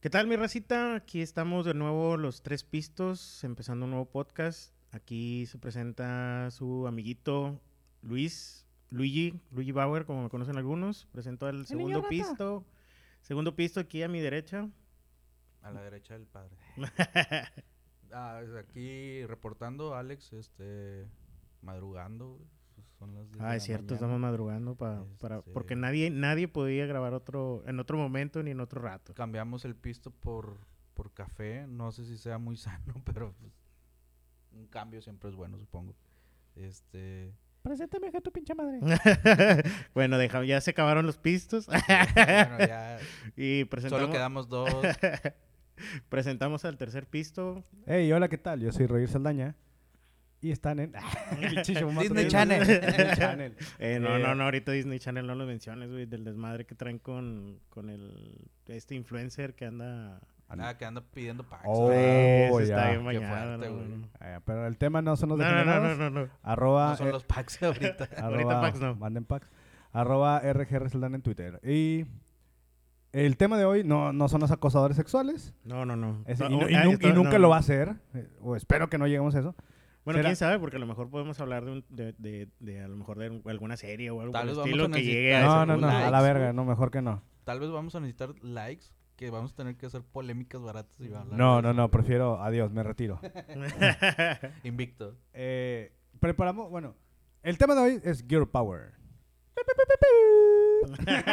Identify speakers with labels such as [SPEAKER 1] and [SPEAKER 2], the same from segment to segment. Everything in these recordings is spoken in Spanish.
[SPEAKER 1] ¿Qué tal, mi racita? Aquí estamos de nuevo los tres pistos, empezando un nuevo podcast. Aquí se presenta su amiguito Luis, Luigi, Luigi Bauer, como me conocen algunos. Presento al segundo
[SPEAKER 2] rata.
[SPEAKER 1] pisto. Segundo pisto aquí a mi derecha.
[SPEAKER 3] A la derecha del padre. Ah, es aquí reportando, Alex, este, madrugando. güey. Pues Son las 10 de
[SPEAKER 1] Ah, es
[SPEAKER 3] la
[SPEAKER 1] cierto,
[SPEAKER 3] mañana.
[SPEAKER 1] estamos madrugando para, para
[SPEAKER 3] Este-
[SPEAKER 1] porque nadie nadie podía grabar otro en otro momento ni en otro rato.
[SPEAKER 3] Cambiamos el pisto por, por café. No sé si sea muy sano, pero pues, un cambio siempre es bueno, supongo. Este.
[SPEAKER 2] Preséntame a tu pinche madre.
[SPEAKER 1] bueno, deja- ya se acabaron los pistos
[SPEAKER 3] bueno, ya
[SPEAKER 1] y
[SPEAKER 3] solo
[SPEAKER 1] presentamos
[SPEAKER 3] quedamos dos.
[SPEAKER 1] presentamos al tercer pisto.
[SPEAKER 2] Hey, hola, ¿qué tal? Yo soy Roger Saldaña. Y están en Pinche chamaco.
[SPEAKER 3] Disney
[SPEAKER 1] Channel.
[SPEAKER 2] Disney Channel.
[SPEAKER 1] Eh, no,
[SPEAKER 2] Eh,
[SPEAKER 1] no, no, ahorita Disney Channel no lo menciones, güey, del desmadre que traen con, con el este influencer que anda
[SPEAKER 3] Nada,
[SPEAKER 1] Ah,
[SPEAKER 3] que ando pidiendo packs.
[SPEAKER 2] Oh,
[SPEAKER 3] güey.
[SPEAKER 1] Eh, eso
[SPEAKER 2] ya.
[SPEAKER 1] está bien
[SPEAKER 3] Qué
[SPEAKER 1] bañado,
[SPEAKER 3] fuerte,
[SPEAKER 1] no,
[SPEAKER 3] güey.
[SPEAKER 1] no.
[SPEAKER 2] Eh, pero el tema no son los
[SPEAKER 1] No, no,
[SPEAKER 2] degenerados.
[SPEAKER 1] no, no, no, no.
[SPEAKER 2] Arroba.
[SPEAKER 3] No son
[SPEAKER 2] eh,
[SPEAKER 3] los packs ahorita.
[SPEAKER 1] Ahorita
[SPEAKER 2] arroba-
[SPEAKER 1] packs no.
[SPEAKER 2] Manden packs. Arroba RGR Saldaña en Twitter. Y el tema de hoy no, no son los acosadores sexuales.
[SPEAKER 1] No, no, no.
[SPEAKER 2] Es-
[SPEAKER 1] No,
[SPEAKER 2] y, nu- y
[SPEAKER 1] eh,
[SPEAKER 2] nu-
[SPEAKER 1] esto-
[SPEAKER 2] y nunca
[SPEAKER 1] no.
[SPEAKER 2] lo va a hacer. eh, O espero que no lleguemos a eso.
[SPEAKER 1] Bueno,
[SPEAKER 2] Será-
[SPEAKER 1] quién sabe, porque a lo mejor podemos hablar de, un- de, de- de a lo mejor de un- alguna serie o algo
[SPEAKER 3] Tal
[SPEAKER 1] por el
[SPEAKER 3] vez vamos
[SPEAKER 1] estilo
[SPEAKER 3] a
[SPEAKER 1] que llegue a
[SPEAKER 3] necesitar-
[SPEAKER 2] No,
[SPEAKER 1] ese
[SPEAKER 2] no, no.
[SPEAKER 1] punto.
[SPEAKER 2] A la
[SPEAKER 3] likes,
[SPEAKER 2] verga.
[SPEAKER 3] güey.
[SPEAKER 2] No, mejor que no.
[SPEAKER 3] Tal vez vamos a necesitar likes que vamos a tener que hacer polémicas baratas y va a hablar
[SPEAKER 2] No,
[SPEAKER 3] de
[SPEAKER 2] no,
[SPEAKER 3] eso,
[SPEAKER 2] no.
[SPEAKER 3] güey.
[SPEAKER 2] Prefiero. Adiós, me retiro.
[SPEAKER 3] Invicto.
[SPEAKER 2] Eh, preparamos, bueno, el tema de hoy es Girl Power.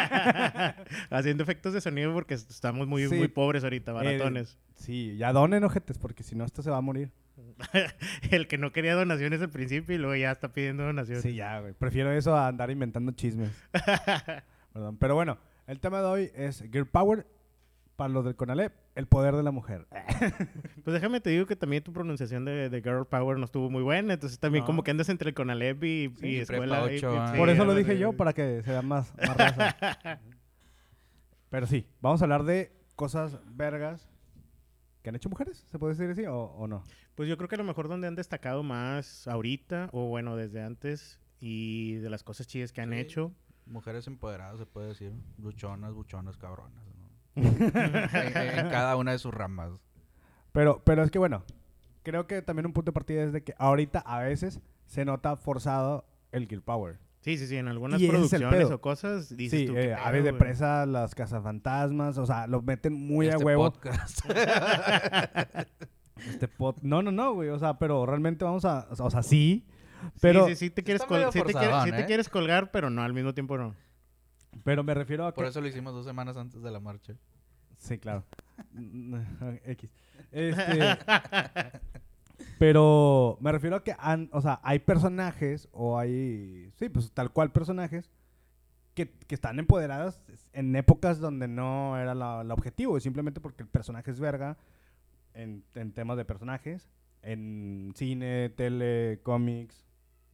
[SPEAKER 1] Haciendo efectos de sonido porque est- estamos muy,
[SPEAKER 2] Sí.
[SPEAKER 1] muy pobres ahorita, baratones.
[SPEAKER 2] Sí, ya donen ojetes, porque si no, esto se va a morir. Eh,
[SPEAKER 1] El que no quería donaciones al principio y luego ya está pidiendo donaciones.
[SPEAKER 2] Sí, ya, güey. Prefiero eso a andar inventando chismes. Perdón. Pero bueno, el tema de hoy es Girl Power, para los del Conalep, el poder de la mujer.
[SPEAKER 1] Pues déjame te digo que también tu pronunciación de, de Girl Power no estuvo muy buena, entonces también
[SPEAKER 2] No.
[SPEAKER 1] como que andas entre el Conalep y,
[SPEAKER 3] Sí,
[SPEAKER 1] y
[SPEAKER 3] y
[SPEAKER 1] escuela.
[SPEAKER 3] Prepa
[SPEAKER 1] y-
[SPEAKER 3] ocho,
[SPEAKER 1] y-
[SPEAKER 3] ah.
[SPEAKER 1] sí,
[SPEAKER 2] Por eso lo
[SPEAKER 1] ándale.
[SPEAKER 2] dije yo, para que se vea más, más raza. Pero sí, vamos a hablar de cosas vergas que han hecho mujeres, ¿se puede decir así o, o no?
[SPEAKER 1] Pues yo creo que a lo mejor donde han destacado más ahorita, o bueno, desde antes, y de las cosas chidas que han
[SPEAKER 3] Sí.
[SPEAKER 1] hecho.
[SPEAKER 3] Mujeres empoderadas, se puede decir. Luchonas, buchonas, cabronas. ¿no? en, en cada una de sus ramas.
[SPEAKER 2] Pero, pero es que bueno, creo que también un punto de partida es de que ahorita a veces se nota forzado el Girl Power.
[SPEAKER 1] Sí, sí, sí, en algunas
[SPEAKER 2] Y ese es el
[SPEAKER 1] producciones
[SPEAKER 2] pedo.
[SPEAKER 1] o cosas dices
[SPEAKER 2] sí,
[SPEAKER 1] tú, ¿qué
[SPEAKER 2] eh,
[SPEAKER 1] pedo,
[SPEAKER 2] aves de
[SPEAKER 1] güey?
[SPEAKER 2] presa, las cazafantasmas, o sea, lo meten muy
[SPEAKER 3] Este
[SPEAKER 2] a huevo.
[SPEAKER 3] podcast.
[SPEAKER 2] Este pot- No, no, no, güey, o sea, pero realmente vamos a, o sea, sí, pero,
[SPEAKER 1] sí, sí, sí te quieres
[SPEAKER 3] está
[SPEAKER 1] col-
[SPEAKER 3] medio
[SPEAKER 1] sí te quieres- sí
[SPEAKER 3] forzadón,
[SPEAKER 1] te
[SPEAKER 3] ¿eh?
[SPEAKER 1] quieres colgar, pero no, al mismo tiempo no.
[SPEAKER 2] pero me refiero a que...
[SPEAKER 3] Por eso lo hicimos dos semanas antes de la marcha.
[SPEAKER 2] Sí, claro. Mm, X. Este, pero me refiero a que han, o sea, hay personajes o hay, sí, pues tal cual personajes que, que están empoderadas en épocas donde no era la, la objetivo, y simplemente porque el personaje es verga en, en temas de personajes, en cine, tele, cómics,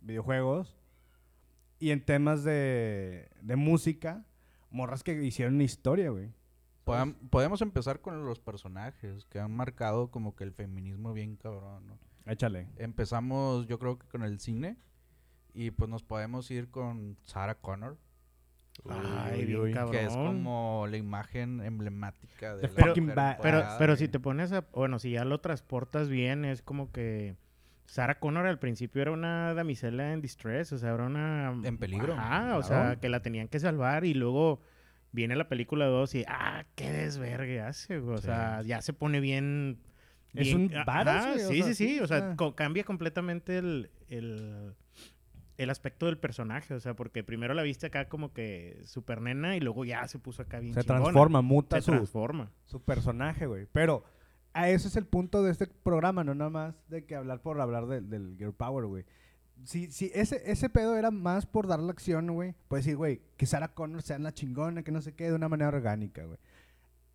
[SPEAKER 2] videojuegos y en temas de, de música, morras que hicieron historia, güey.
[SPEAKER 3] Podam- podemos empezar con los personajes que han marcado como que el feminismo bien cabrón. ¿no?
[SPEAKER 2] Échale.
[SPEAKER 3] Empezamos, yo creo que con el cine. Y pues nos podemos ir con Sarah Connor.
[SPEAKER 1] Ay,
[SPEAKER 2] uy,
[SPEAKER 1] bien
[SPEAKER 2] uy, que
[SPEAKER 1] cabrón.
[SPEAKER 3] Que es como la imagen emblemática de
[SPEAKER 2] The
[SPEAKER 3] la
[SPEAKER 2] fucking
[SPEAKER 3] mujer
[SPEAKER 2] ba-
[SPEAKER 1] Pero,
[SPEAKER 3] empoderada.
[SPEAKER 1] pero si te pones a... Bueno, si ya lo transportas bien, es como que... Sarah Connor al principio era una damisela en distress, o sea, era una...
[SPEAKER 3] En peligro,
[SPEAKER 1] Ajá, o
[SPEAKER 2] claro.
[SPEAKER 1] sea, que la tenían que salvar y luego viene la película 2 y... ¡Ah, qué desvergue hace! güey! O
[SPEAKER 3] Sí.
[SPEAKER 1] sea, ya se pone bien...
[SPEAKER 2] Es
[SPEAKER 1] bien-
[SPEAKER 2] un badass,
[SPEAKER 1] Ajá,
[SPEAKER 2] güey, o
[SPEAKER 1] sí, sí,
[SPEAKER 2] sea, sí,
[SPEAKER 1] sí, o sea,
[SPEAKER 2] está.
[SPEAKER 1] co- cambia completamente el... el el aspecto del personaje, o sea, porque primero la viste acá como que super nena y luego ya se puso acá bien
[SPEAKER 2] Se
[SPEAKER 1] chingona.
[SPEAKER 2] transforma, muta
[SPEAKER 1] se
[SPEAKER 2] su,
[SPEAKER 1] transforma.
[SPEAKER 2] su personaje, güey. Pero a eso es el punto de este programa, no nada más de que hablar por hablar del- del Girl Power, güey. Si, si ese, ese pedo era más por dar la acción, güey, pues sí, güey, que Sarah Connor sea la chingona, que no sé qué, de una manera orgánica, güey.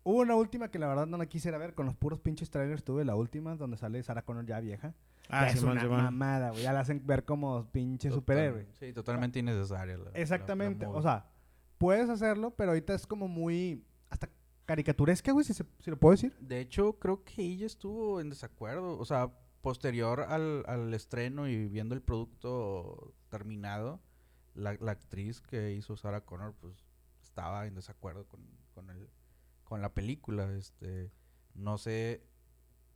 [SPEAKER 2] Hubo una última que la verdad no la quisiera ver, con los puros pinches trailers tuve la última, donde sale Sarah Connor ya vieja. Ya es
[SPEAKER 1] Ah, Simón,
[SPEAKER 2] Pues una
[SPEAKER 1] Simón.
[SPEAKER 2] mamada, güey, ya la hacen ver como pinche
[SPEAKER 3] Total-
[SPEAKER 2] superhéroe.
[SPEAKER 3] Sí, totalmente innecesaria. la- la- la
[SPEAKER 2] Exactamente.
[SPEAKER 3] movie.
[SPEAKER 2] o sea, puedes hacerlo, pero ahorita es como muy. Hasta caricaturesca, güey, si, se- si lo puedo decir.
[SPEAKER 3] De hecho, creo que ella estuvo en desacuerdo. O sea, posterior al, al estreno y viendo el producto terminado, la, la actriz que hizo Sarah Connor, pues, estaba en desacuerdo con, con el, con la película. Este, no sé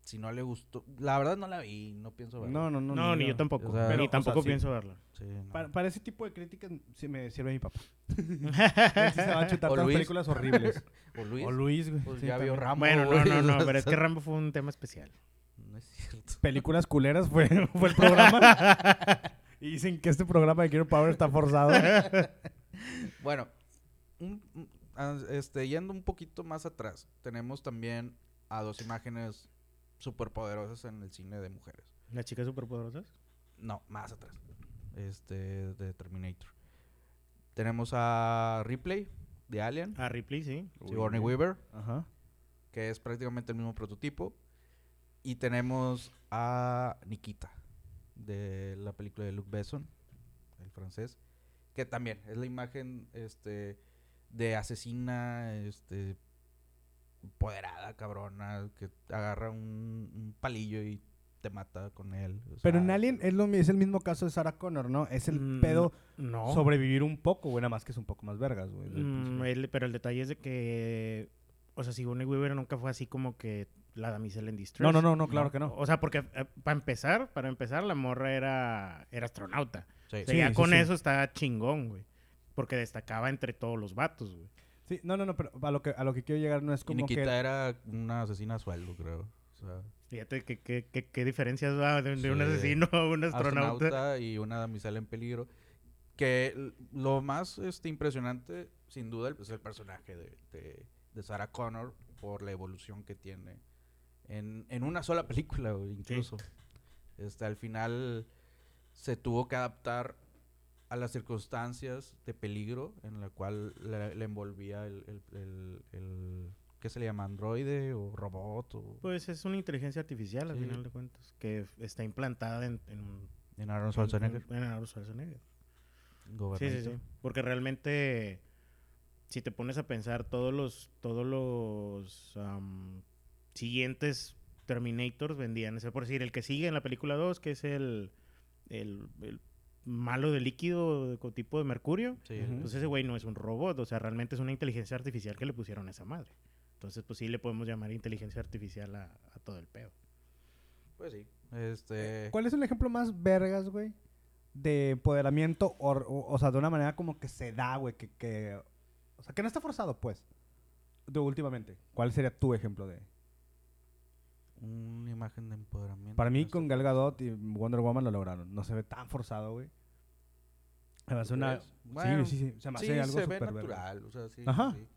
[SPEAKER 3] si no le gustó. La verdad no la vi, no pienso verla.
[SPEAKER 2] No, no, no.
[SPEAKER 1] No, ni yo tampoco.
[SPEAKER 3] O sea, pero,
[SPEAKER 1] ni
[SPEAKER 3] o
[SPEAKER 1] tampoco
[SPEAKER 2] sí.
[SPEAKER 1] pienso verla.
[SPEAKER 3] Sí, no.
[SPEAKER 2] Para, para ese tipo de críticas sí me sirve mi papá. Él sí se va a chutar
[SPEAKER 3] O
[SPEAKER 2] todas
[SPEAKER 3] Luis.
[SPEAKER 2] películas horribles.
[SPEAKER 3] O Luis.
[SPEAKER 2] O Luis, güey.
[SPEAKER 3] Pues
[SPEAKER 2] sí,
[SPEAKER 3] ya vio
[SPEAKER 2] también.
[SPEAKER 3] Rambo.
[SPEAKER 1] bueno, no,
[SPEAKER 3] güey,
[SPEAKER 1] no,
[SPEAKER 3] o
[SPEAKER 1] no,
[SPEAKER 3] sea,
[SPEAKER 1] pero es que Rambo fue un tema especial.
[SPEAKER 3] No es cierto.
[SPEAKER 2] Películas culeras fue, fue el programa. y dicen que este programa de Kiro Power está forzado.
[SPEAKER 3] Bueno, un- un- ah, este, yendo un poquito más atrás, tenemos también a dos imágenes superpoderosas en el cine de mujeres.
[SPEAKER 1] ¿Las chicas superpoderosas?
[SPEAKER 3] No, más atrás. Este, de Terminator. Tenemos a Ripley, de Alien,
[SPEAKER 1] A Ah, Ripley, sí.
[SPEAKER 3] Sigourney Weaver,
[SPEAKER 2] Ajá.
[SPEAKER 3] que es prácticamente el mismo prototipo. Y tenemos a Nikita, de la película de Luc Besson, el francés, que también es la imagen este, de asesina, este, empoderada, cabrona, que agarra un, un palillo y te mata con él. o
[SPEAKER 2] Pero
[SPEAKER 3] sea,
[SPEAKER 2] en Alien es, lo, mi- es el mismo caso de Sarah Connor, ¿no? Es el
[SPEAKER 1] Mm,
[SPEAKER 2] pedo
[SPEAKER 1] No.
[SPEAKER 2] sobrevivir un poco, güey, nada más que es un poco más vergas, güey. desde el
[SPEAKER 1] Mm,
[SPEAKER 2] principio.
[SPEAKER 1] el- pero el detalle es de que. O sea, Sigourney Weaver nunca fue así como que la damisela en distress.
[SPEAKER 2] no, no, no, no, claro que no.
[SPEAKER 1] O sea, porque eh, para empezar, para empezar, la morra era, era astronauta.
[SPEAKER 3] sí.
[SPEAKER 1] O sea, ya
[SPEAKER 2] sí,
[SPEAKER 1] con
[SPEAKER 2] sí.
[SPEAKER 1] eso está chingón, güey. Porque destacaba entre todos los vatos, güey.
[SPEAKER 2] Sí, no, no, no, pero a lo que, a lo que quiero llegar no es
[SPEAKER 3] Y
[SPEAKER 2] como
[SPEAKER 3] Nikita
[SPEAKER 2] que...
[SPEAKER 3] era una asesina a sueldo, creo. O sea,
[SPEAKER 1] Fíjate que- que- que- qué diferencias va de, de un
[SPEAKER 3] Sí.
[SPEAKER 1] asesino a un astronauta.
[SPEAKER 3] astronauta. y una damisela en peligro. Que l- lo más este, impresionante, sin duda, el- es el personaje de, de- de Sarah Connor por la evolución que tiene en, en una sola película, güey, incluso. Este, al final se tuvo que adaptar a las circunstancias de peligro en la cual le, le envolvía el, el- el- el- ¿Qué se le llama? ¿Androide o robot? O,
[SPEAKER 1] Pues es una inteligencia artificial, al
[SPEAKER 3] Sí.
[SPEAKER 1] final de cuentas, que está implantada en, en un...
[SPEAKER 3] en Aaron Schwarzenegger.
[SPEAKER 1] en- en Arnold Schwarzenegger. Sí, sí,
[SPEAKER 3] Gobernator.
[SPEAKER 1] sí. Porque realmente, si te pones a pensar, todos los, todos los am, siguientes Terminators vendían ese. Por decir, el que sigue en la película 2, que es el, el, el malo de líquido de co- tipo de mercurio.
[SPEAKER 3] Sí,
[SPEAKER 2] Ujú.
[SPEAKER 3] el-
[SPEAKER 1] Pues ese güey no es un robot, o sea, realmente es una inteligencia artificial que le pusieron a esa madre. Entonces, pues sí le podemos llamar inteligencia artificial a, a todo el pedo.
[SPEAKER 3] Pues sí. Este.
[SPEAKER 2] ¿Cuál es el ejemplo más vergas, güey? De empoderamiento, o, o, o sea, de una manera como que se da, güey, que, que... O sea, que no está forzado, pues. De últimamente, ¿cuál sería tu ejemplo de...?
[SPEAKER 3] Una imagen de empoderamiento. este.
[SPEAKER 2] Para mí,
[SPEAKER 3] no sé.
[SPEAKER 2] con Gal Gadot y Wonder Woman lo lograron. No se ve tan forzado, güey. Además,
[SPEAKER 3] ¿Tú
[SPEAKER 2] una...
[SPEAKER 3] crees?
[SPEAKER 2] Sí,
[SPEAKER 3] Bueno,
[SPEAKER 2] sí, sí. Se me hace
[SPEAKER 3] Sí,
[SPEAKER 2] algo
[SPEAKER 3] se ve
[SPEAKER 2] súper vergas.
[SPEAKER 3] natural. O sea, sí.
[SPEAKER 2] Ajá.
[SPEAKER 3] sí.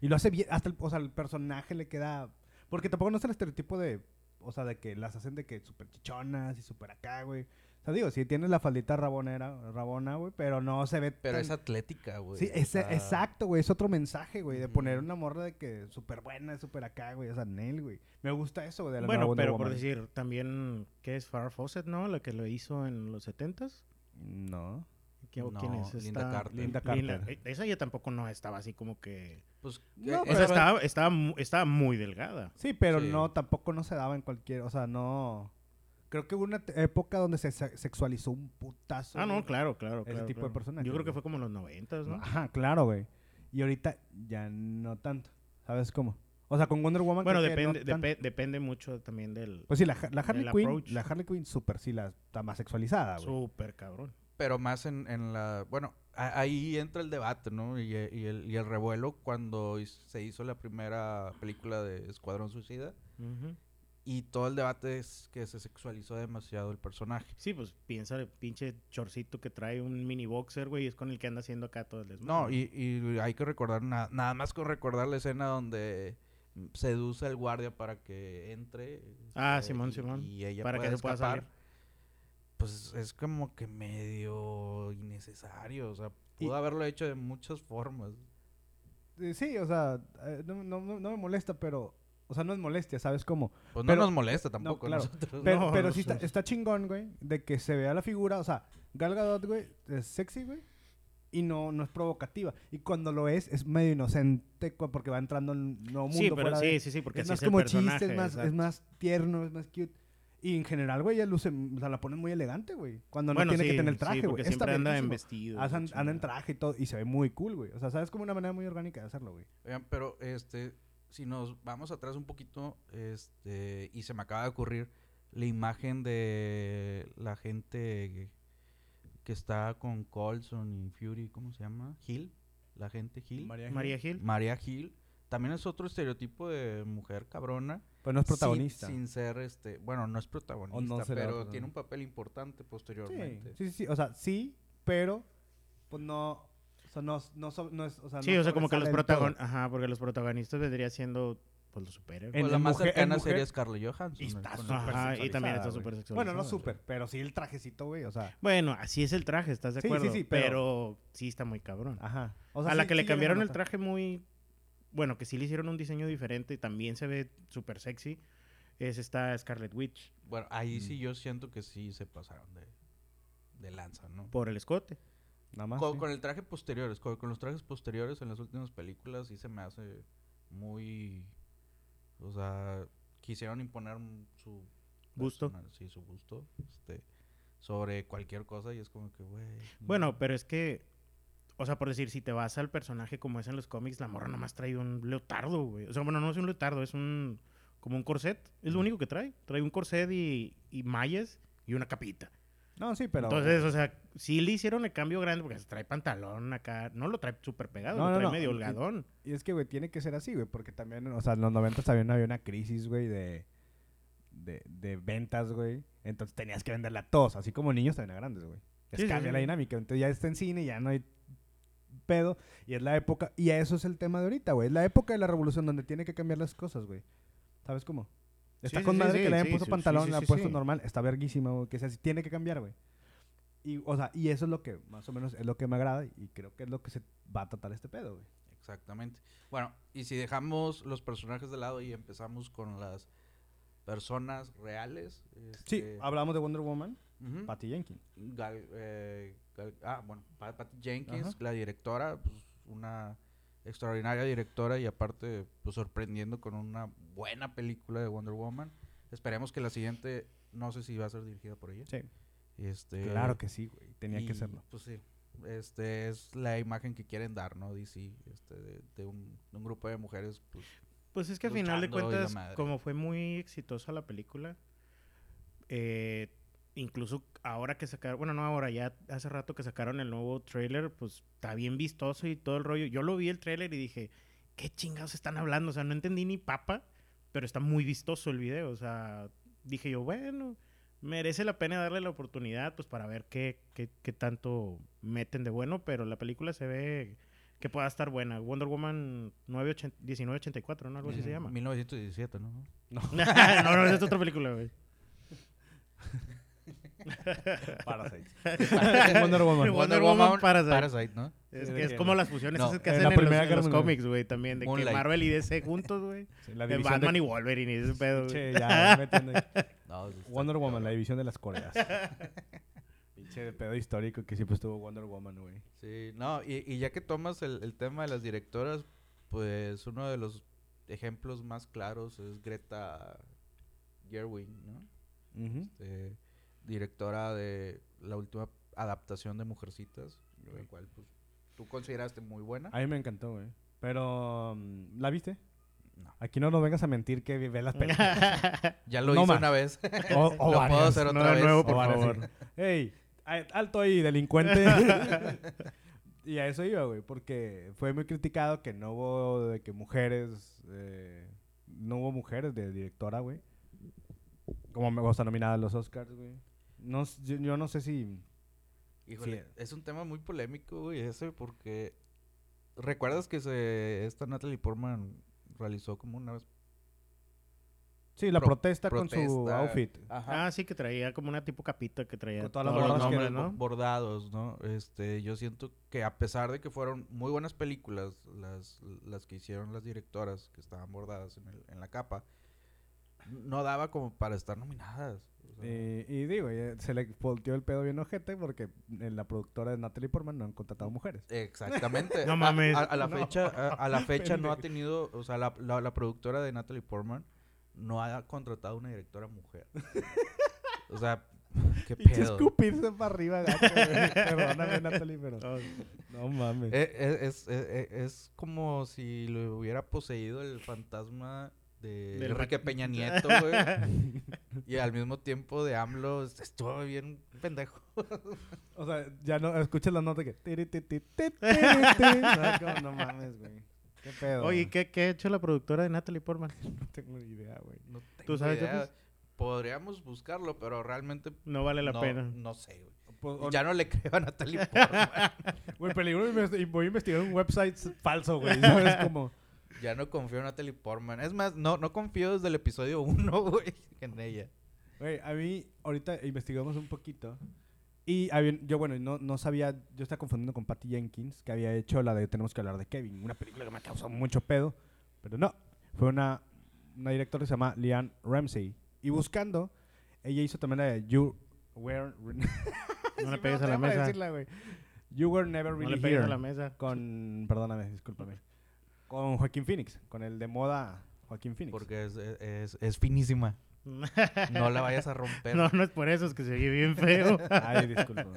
[SPEAKER 2] Y lo hace bien, hasta el, o sea, el personaje le queda... Porque tampoco no es el estereotipo de... O sea, de que las hacen de que súper chichonas y súper acá, güey. O sea, digo, sí tienes la faldita rabonera, rabona, güey, pero no se ve
[SPEAKER 3] Pero
[SPEAKER 2] tan-
[SPEAKER 3] es atlética, güey.
[SPEAKER 2] Sí,
[SPEAKER 3] o
[SPEAKER 2] ese-
[SPEAKER 3] sea,
[SPEAKER 2] exacto, güey. Es otro mensaje, güey, de
[SPEAKER 3] Ujú.
[SPEAKER 2] poner una morra de que súper buena, súper acá, güey. O sea, Nel, güey. Me gusta eso, güey, de la nueva
[SPEAKER 1] Bueno,
[SPEAKER 2] Wonder
[SPEAKER 1] pero por
[SPEAKER 2] Woman.
[SPEAKER 1] decir, también, ¿qué es Farrah Fawcett, no? La que lo hizo en los 70s.
[SPEAKER 2] No.
[SPEAKER 1] ¿Qui- o
[SPEAKER 3] No,
[SPEAKER 1] ¿Quién es?
[SPEAKER 3] Linda
[SPEAKER 1] Esta-
[SPEAKER 3] Carter.
[SPEAKER 2] Linda Carter.
[SPEAKER 1] eh, esa ya tampoco no estaba así como que...
[SPEAKER 3] Pues,
[SPEAKER 2] No,
[SPEAKER 3] eh,
[SPEAKER 1] O
[SPEAKER 2] pero-
[SPEAKER 1] sea,
[SPEAKER 3] esa-
[SPEAKER 1] estaba, estaba, mu- estaba muy delgada.
[SPEAKER 2] Sí, pero
[SPEAKER 3] Sí.
[SPEAKER 2] no, tampoco no se daba en cualquier... O sea, no... Creo que hubo una te- época donde se se- sexualizó un putazo.
[SPEAKER 1] Ah, no,
[SPEAKER 2] güey.
[SPEAKER 1] claro, claro.
[SPEAKER 2] Ese
[SPEAKER 1] claro,
[SPEAKER 2] tipo de Ah,
[SPEAKER 1] claro.
[SPEAKER 2] personaje,
[SPEAKER 1] Yo creo que
[SPEAKER 2] güey.
[SPEAKER 1] fue como en los 90 pues, ¿no?
[SPEAKER 2] Ajá, claro, güey. Y ahorita ya no tanto. ¿Sabes cómo? O sea, con Wonder Woman...
[SPEAKER 1] Bueno,
[SPEAKER 2] creo que no
[SPEAKER 1] depende,
[SPEAKER 2] tanto.
[SPEAKER 1] depe- depende mucho también del...
[SPEAKER 2] Pues sí, la, la Harley
[SPEAKER 1] del
[SPEAKER 2] Quinn,
[SPEAKER 1] approach.
[SPEAKER 2] la Harley Quinn súper sí la está más sexualizada, ah, güey.
[SPEAKER 1] Súper cabrón.
[SPEAKER 3] pero más en, en la. Bueno, a- ahí entra el debate, ¿no? Y, e- y el, y el revuelo cuando his- se hizo la primera película de Escuadrón Suicida.
[SPEAKER 1] Ujú.
[SPEAKER 3] Y todo el debate es que se sexualizó demasiado el personaje.
[SPEAKER 1] Sí, pues piensa el pinche chorcito que trae un mini boxer, güey, y es con el que anda haciendo acá todo el desmadre.
[SPEAKER 3] No, y, y hay que recordar, na- nada más con recordar la escena donde seduce al guardia para que entre.
[SPEAKER 1] Ah,
[SPEAKER 3] este,
[SPEAKER 1] Simón,
[SPEAKER 3] y-
[SPEAKER 1] Simón.
[SPEAKER 3] Y ella
[SPEAKER 1] Para que se pueda
[SPEAKER 3] escapar.
[SPEAKER 1] salir.
[SPEAKER 3] Pues es como que medio innecesario. O sea,
[SPEAKER 2] Y-
[SPEAKER 3] pudo haberlo hecho de muchas formas.
[SPEAKER 2] Eh, Sí, o sea, eh, no, no- no- no me molesta, pero... O sea, no es molestia, ¿sabes cómo?
[SPEAKER 3] Pues no
[SPEAKER 2] Pero-
[SPEAKER 3] nos molesta tampoco a
[SPEAKER 2] claro.
[SPEAKER 3] nosotros.
[SPEAKER 2] Pero,
[SPEAKER 1] No,
[SPEAKER 2] pero
[SPEAKER 1] no
[SPEAKER 2] sí
[SPEAKER 1] sé.
[SPEAKER 2] está, está chingón, güey, de que se vea la figura. O sea, Gal Gadot, güey, es sexy, güey, y no, no es provocativa. Y cuando lo es, es medio inocente cu- porque va entrando en un nuevo mundo.
[SPEAKER 1] Sí, pero
[SPEAKER 2] fuera
[SPEAKER 1] sí,
[SPEAKER 2] de-
[SPEAKER 1] sí, sí, porque
[SPEAKER 2] es
[SPEAKER 1] así
[SPEAKER 2] más
[SPEAKER 1] es el
[SPEAKER 2] como
[SPEAKER 1] personaje.
[SPEAKER 2] chiste, es más, es
[SPEAKER 1] exacto.
[SPEAKER 2] más tierno, es más cute. Y en general, güey, ella luce, o sea, la ponen muy elegante, güey. Cuando no
[SPEAKER 1] Bueno,
[SPEAKER 2] tiene
[SPEAKER 1] sí,
[SPEAKER 2] que tener
[SPEAKER 1] sí,
[SPEAKER 2] traje, güey.
[SPEAKER 1] porque
[SPEAKER 2] Está
[SPEAKER 1] siempre anda en
[SPEAKER 2] verguísima.
[SPEAKER 1] vestido.
[SPEAKER 2] Hacen-
[SPEAKER 1] la
[SPEAKER 2] anda en
[SPEAKER 1] chingada.
[SPEAKER 2] traje y todo, y se ve muy cool, güey. O sea, sabes como una manera muy orgánica de hacerlo, güey.
[SPEAKER 3] Oigan, pero este si nos vamos atrás un poquito, este, y se me acaba de ocurrir la imagen de la gente que está con Colson y Fury, ¿cómo se llama? Hill, la gente Hill. María,
[SPEAKER 1] María Gil.
[SPEAKER 3] Hill. También es otro estereotipo de mujer cabrona.
[SPEAKER 2] Pues no es
[SPEAKER 3] sin-
[SPEAKER 2] protagonista.
[SPEAKER 3] Sin, ser, este, bueno, no es protagonista,
[SPEAKER 2] será
[SPEAKER 3] pero
[SPEAKER 2] protagonista.
[SPEAKER 3] tiene un papel importante
[SPEAKER 2] Sí,
[SPEAKER 3] posteriormente.
[SPEAKER 2] sí, sí, sí, O sea, sí, pero pues no. O sea, no, no, so- no es. O sea,
[SPEAKER 1] Sí,
[SPEAKER 2] no
[SPEAKER 1] o sea, como que los Ah,
[SPEAKER 2] sobresale del todo.
[SPEAKER 1] protagonistas. Ajá, porque los protagonistas vendría siendo pues los superhéroes.
[SPEAKER 3] O
[SPEAKER 2] En-
[SPEAKER 3] la
[SPEAKER 2] en
[SPEAKER 3] más
[SPEAKER 2] mujer- en
[SPEAKER 3] cercana
[SPEAKER 2] mujer-
[SPEAKER 3] sería Scarlett Johansson.
[SPEAKER 2] Y
[SPEAKER 3] ¿no?
[SPEAKER 2] está
[SPEAKER 3] Con-
[SPEAKER 2] súper
[SPEAKER 1] Ajá, y también está
[SPEAKER 2] sexualizada,
[SPEAKER 1] súper
[SPEAKER 2] güey.
[SPEAKER 1] sexualizado.
[SPEAKER 2] Bueno, no súper, pero sí el trajecito, güey. O sea,
[SPEAKER 1] Bueno, así es el traje, ¿estás de
[SPEAKER 2] Sí, sí,
[SPEAKER 1] acuerdo?
[SPEAKER 2] sí,
[SPEAKER 1] pero...
[SPEAKER 2] pero-
[SPEAKER 1] sí está muy cabrón.
[SPEAKER 2] ajá. O sea,
[SPEAKER 1] a la
[SPEAKER 2] sí-
[SPEAKER 1] que le
[SPEAKER 2] sí llega
[SPEAKER 1] cambiaron
[SPEAKER 2] a
[SPEAKER 1] el
[SPEAKER 2] notar.
[SPEAKER 1] traje muy... Bueno, que sí le hicieron un diseño diferente y también se ve súper sexy. Es esta Scarlet Witch
[SPEAKER 3] Bueno, ahí sí yo siento que sí se pasaron de, de lanza, ¿no?
[SPEAKER 1] por el escote.
[SPEAKER 2] Nada más.
[SPEAKER 3] con,
[SPEAKER 2] Ah, sí.
[SPEAKER 3] con el traje posteriores, con, con los trajes posteriores en las últimas películas sí se me hace muy... O sea, quisieron imponer un- su...
[SPEAKER 1] Gusto.
[SPEAKER 3] personal- sí, su gusto. Este, sobre cualquier cosa y es como que, güey... no.
[SPEAKER 1] Bueno, pero es que... O sea, por decir, si te vas al personaje como es en los cómics, la morra nomás trae un leotardo, güey. O sea, bueno, no es un leotardo, es un... Como un corset. Es lo único que trae. Trae un corset y, y mallas y una capita.
[SPEAKER 2] No, sí, pero.
[SPEAKER 1] Entonces, o sea, sí le hicieron el cambio grande porque se trae pantalón acá. No lo trae súper pegado,
[SPEAKER 2] No,
[SPEAKER 1] lo
[SPEAKER 2] no,
[SPEAKER 1] trae
[SPEAKER 2] no.
[SPEAKER 1] medio
[SPEAKER 2] Y-
[SPEAKER 1] holgadón.
[SPEAKER 2] Y es que, güey, tiene que ser así, güey, porque también, o sea, en los 90 también había una crisis, güey, de, de, de ventas, güey. Entonces tenías que venderla a todos, así como niños también a grandes, güey. Es
[SPEAKER 1] Sí, sí,
[SPEAKER 2] cambia
[SPEAKER 1] sí.
[SPEAKER 2] la dinámica. Entonces ya está en cine, ya no hay pedo. Y es la época, y eso es el tema de ahorita, güey. Es la época de la revolución donde tiene que cambiar las cosas, güey. ¿Sabes cómo? Está
[SPEAKER 1] sí,
[SPEAKER 2] con
[SPEAKER 1] sí,
[SPEAKER 2] madre
[SPEAKER 1] sí,
[SPEAKER 2] que le hayan
[SPEAKER 1] sí,
[SPEAKER 2] puesto
[SPEAKER 1] sí, sí,
[SPEAKER 2] pantalón,
[SPEAKER 1] sí,
[SPEAKER 2] le
[SPEAKER 1] sí,
[SPEAKER 2] han puesto
[SPEAKER 1] sí.
[SPEAKER 2] normal. Está verguísima, güey. Que sea así, tiene que cambiar, güey. Y, o sea, y eso es lo que, más o menos, es lo que me agrada y creo que es lo que se va a tratar este pedo, güey.
[SPEAKER 3] Exactamente. Bueno, y si dejamos los personajes de lado y empezamos con las personas reales.
[SPEAKER 2] Sí,
[SPEAKER 3] este,
[SPEAKER 2] hablamos de Wonder Woman,
[SPEAKER 3] ujú,
[SPEAKER 2] Patty Jenkins.
[SPEAKER 3] Gal- eh, Gal- ah, bueno, Pa- Patty Jenkins,
[SPEAKER 2] Ajá.
[SPEAKER 3] la directora, pues, una extraordinaria directora y aparte pues, sorprendiendo con una buena película de Wonder Woman. Esperemos que la siguiente, no sé si va a ser dirigida por ella.
[SPEAKER 2] Sí.
[SPEAKER 3] Este,
[SPEAKER 2] Claro que sí, güey. Tenía que
[SPEAKER 3] y,
[SPEAKER 2] serlo.
[SPEAKER 3] Pues sí. Este es la imagen que quieren dar, ¿no? DC, este, de, de un, de un grupo de mujeres pues,
[SPEAKER 1] Pues es que al final de
[SPEAKER 3] luchando y la
[SPEAKER 1] cuentas,
[SPEAKER 3] madre.
[SPEAKER 1] como fue muy exitosa la película, eh, incluso ahora que sacaron, bueno, no ahora, ya hace rato que sacaron el nuevo tráiler, pues está bien vistoso y todo el rollo. Yo lo vi el tráiler y dije, ¿qué chingados están hablando? O sea, no entendí ni papa, pero está muy vistoso el video. O sea, dije yo, bueno, merece la pena darle la oportunidad, pues para ver qué, qué, qué tanto meten de bueno, pero la película se ve que pueda estar buena. Wonder Woman 980 1984, ¿no? Algo así se
[SPEAKER 2] Mm,
[SPEAKER 3] mil-
[SPEAKER 1] llama.
[SPEAKER 3] 1917, ¿no?
[SPEAKER 1] no, no, es otra película, güey.
[SPEAKER 2] Parasite.
[SPEAKER 1] Wonder Woman. Wonder Woman Parasite.
[SPEAKER 3] ¿no?
[SPEAKER 1] Es, que
[SPEAKER 2] Sí, de
[SPEAKER 1] es
[SPEAKER 2] que-
[SPEAKER 1] como las fusiones
[SPEAKER 3] No,
[SPEAKER 1] esas que
[SPEAKER 2] en
[SPEAKER 1] hacen
[SPEAKER 2] la
[SPEAKER 1] en los,
[SPEAKER 2] Primera
[SPEAKER 1] en
[SPEAKER 2] Guerra
[SPEAKER 1] los
[SPEAKER 2] Mundial.
[SPEAKER 1] cómics, güey, también. De que
[SPEAKER 3] Moonlight.
[SPEAKER 1] Marvel y DC juntos, güey.
[SPEAKER 2] Sí, la
[SPEAKER 1] De
[SPEAKER 2] división
[SPEAKER 1] Batman
[SPEAKER 2] de-
[SPEAKER 1] y Wolverine y ese pedo, güey.
[SPEAKER 2] Che, ya, metiendo ahí.
[SPEAKER 3] No, este, sí está
[SPEAKER 2] Wonder Woman, la
[SPEAKER 3] cabrón.
[SPEAKER 2] división de las Coreas. Pinche de pedo histórico que siempre estuvo Wonder Woman, güey.
[SPEAKER 3] Sí, no, y, y ya que tomas el, el tema de las directoras, pues uno de los ejemplos más claros es Greta Gerwig, ¿no? Este, directora de la última adaptación de Mujercitas, la
[SPEAKER 2] Uy.
[SPEAKER 3] cual pues, tú consideraste muy buena.
[SPEAKER 1] Ah,
[SPEAKER 2] A mí me encantó, güey. Pero, mm, ¿la viste?
[SPEAKER 3] No.
[SPEAKER 2] Aquí no nos vengas a mentir que ve las películas.
[SPEAKER 3] Ya lo
[SPEAKER 2] No
[SPEAKER 3] hice
[SPEAKER 2] más.
[SPEAKER 3] una vez.
[SPEAKER 2] O,
[SPEAKER 3] Lo puedo hacer
[SPEAKER 1] Oh, no,
[SPEAKER 3] otra
[SPEAKER 1] de
[SPEAKER 3] vez.
[SPEAKER 1] nuevo,
[SPEAKER 2] O
[SPEAKER 1] por
[SPEAKER 2] varias,
[SPEAKER 1] favor.
[SPEAKER 2] sí. Ey, a- alto ahí, delincuente. y a eso iba, güey, porque fue muy criticado que no hubo de que mujeres, eh, no hubo mujeres de directora, güey. Como me gusta nominada a los Oscars, güey. No, s- yo, yo no sé si...
[SPEAKER 3] Híjole,
[SPEAKER 2] Sí.
[SPEAKER 3] es un tema muy polémico, güey, ese, porque recuerdas que se esta Natalie Portman realizó como una
[SPEAKER 2] Sí, la
[SPEAKER 3] Pro-
[SPEAKER 2] protesta, con su
[SPEAKER 3] protesta.
[SPEAKER 2] outfit.
[SPEAKER 3] Ajá.
[SPEAKER 1] Ah, sí, que traía como una tipo capita que traía
[SPEAKER 2] Con todas las
[SPEAKER 1] todos los
[SPEAKER 2] bordas que-
[SPEAKER 1] nombres,
[SPEAKER 3] bo-
[SPEAKER 1] ¿no?
[SPEAKER 3] bordados, ¿no? Este, yo siento que a pesar de que fueron muy buenas películas las, las que hicieron las directoras que estaban bordadas en, el- en la capa, no daba como para estar nominadas. o sea,
[SPEAKER 2] Eh, y digo, eh, se le volteó el pedo bien ojete porque eh, la productora de Natalie Portman no han contratado mujeres.
[SPEAKER 3] Exactamente.
[SPEAKER 1] No
[SPEAKER 3] A-
[SPEAKER 1] mames.
[SPEAKER 3] A, a la
[SPEAKER 2] No.
[SPEAKER 3] fecha, a, a la fecha no ha tenido, o sea, la, la- la productora de Natalie Portman no ha contratado una directora mujer. o sea, ¿Qué
[SPEAKER 2] Pinche
[SPEAKER 3] pedo?
[SPEAKER 2] escupirse para arriba, gacho, güey. Perdóname, Natalie, pero.
[SPEAKER 1] Oh,
[SPEAKER 2] No mames.
[SPEAKER 3] Eh, eh, Es, eh, eh, es como si lo hubiera poseído el fantasma de
[SPEAKER 1] Del
[SPEAKER 3] Enrique
[SPEAKER 1] Ra-
[SPEAKER 3] Peña Nieto, güey. y al mismo tiempo de AMLO est- estuvo bien pendejo.
[SPEAKER 2] O sea, ya no, escuchas la nota que. tiri, ti, ti, ti, tiri, ti. No, como, no mames, güey. ¿Qué pedo?
[SPEAKER 1] Oye, ¿qué, ¿qué ha hecho la productora de Natalie Portman?
[SPEAKER 2] No tengo ni idea, güey.
[SPEAKER 3] No tengo
[SPEAKER 1] ¿Tú sabes,
[SPEAKER 3] idea.
[SPEAKER 1] Jefes?
[SPEAKER 3] Podríamos buscarlo, pero realmente
[SPEAKER 1] No vale la
[SPEAKER 3] no,
[SPEAKER 1] pena.
[SPEAKER 3] no sé, güey.
[SPEAKER 2] Pues,
[SPEAKER 3] Y Ya no le creo a Natalie Portman.
[SPEAKER 2] Güey, peligro investi- y voy a investigar un website s- falso, güey. ¿Sabes cómo?
[SPEAKER 3] ya no confío en Natalie Portman. Es más, no, no confío desde el episodio 1, güey, en ella.
[SPEAKER 2] Güey, a mí, ahorita investigamos un poquito. Y había- yo, bueno, no, no sabía, yo estaba confundiendo con Patty Jenkins, que había hecho la de Tenemos que hablar de Kevin, una película que me causó mucho pedo. Pero no, fue una, una directora que se llama Leanne Ramsey. Y buscando, ella hizo también la de You Were...
[SPEAKER 1] No
[SPEAKER 2] Sí,
[SPEAKER 1] le
[SPEAKER 2] me
[SPEAKER 1] pegues a la
[SPEAKER 2] atrevo
[SPEAKER 1] mesa.
[SPEAKER 2] decirla, güey. You Were Never
[SPEAKER 1] No
[SPEAKER 2] Really
[SPEAKER 1] le
[SPEAKER 2] Here.
[SPEAKER 1] pegues a la mesa.
[SPEAKER 2] Con, perdóname, discúlpame. Con Joaquín Phoenix, con el de moda Joaquín Phoenix.
[SPEAKER 3] Porque es, es- es- es finísima. No la vayas a romper.
[SPEAKER 1] No, no es por eso, es que se oye bien feo.
[SPEAKER 2] Ay, disculpa.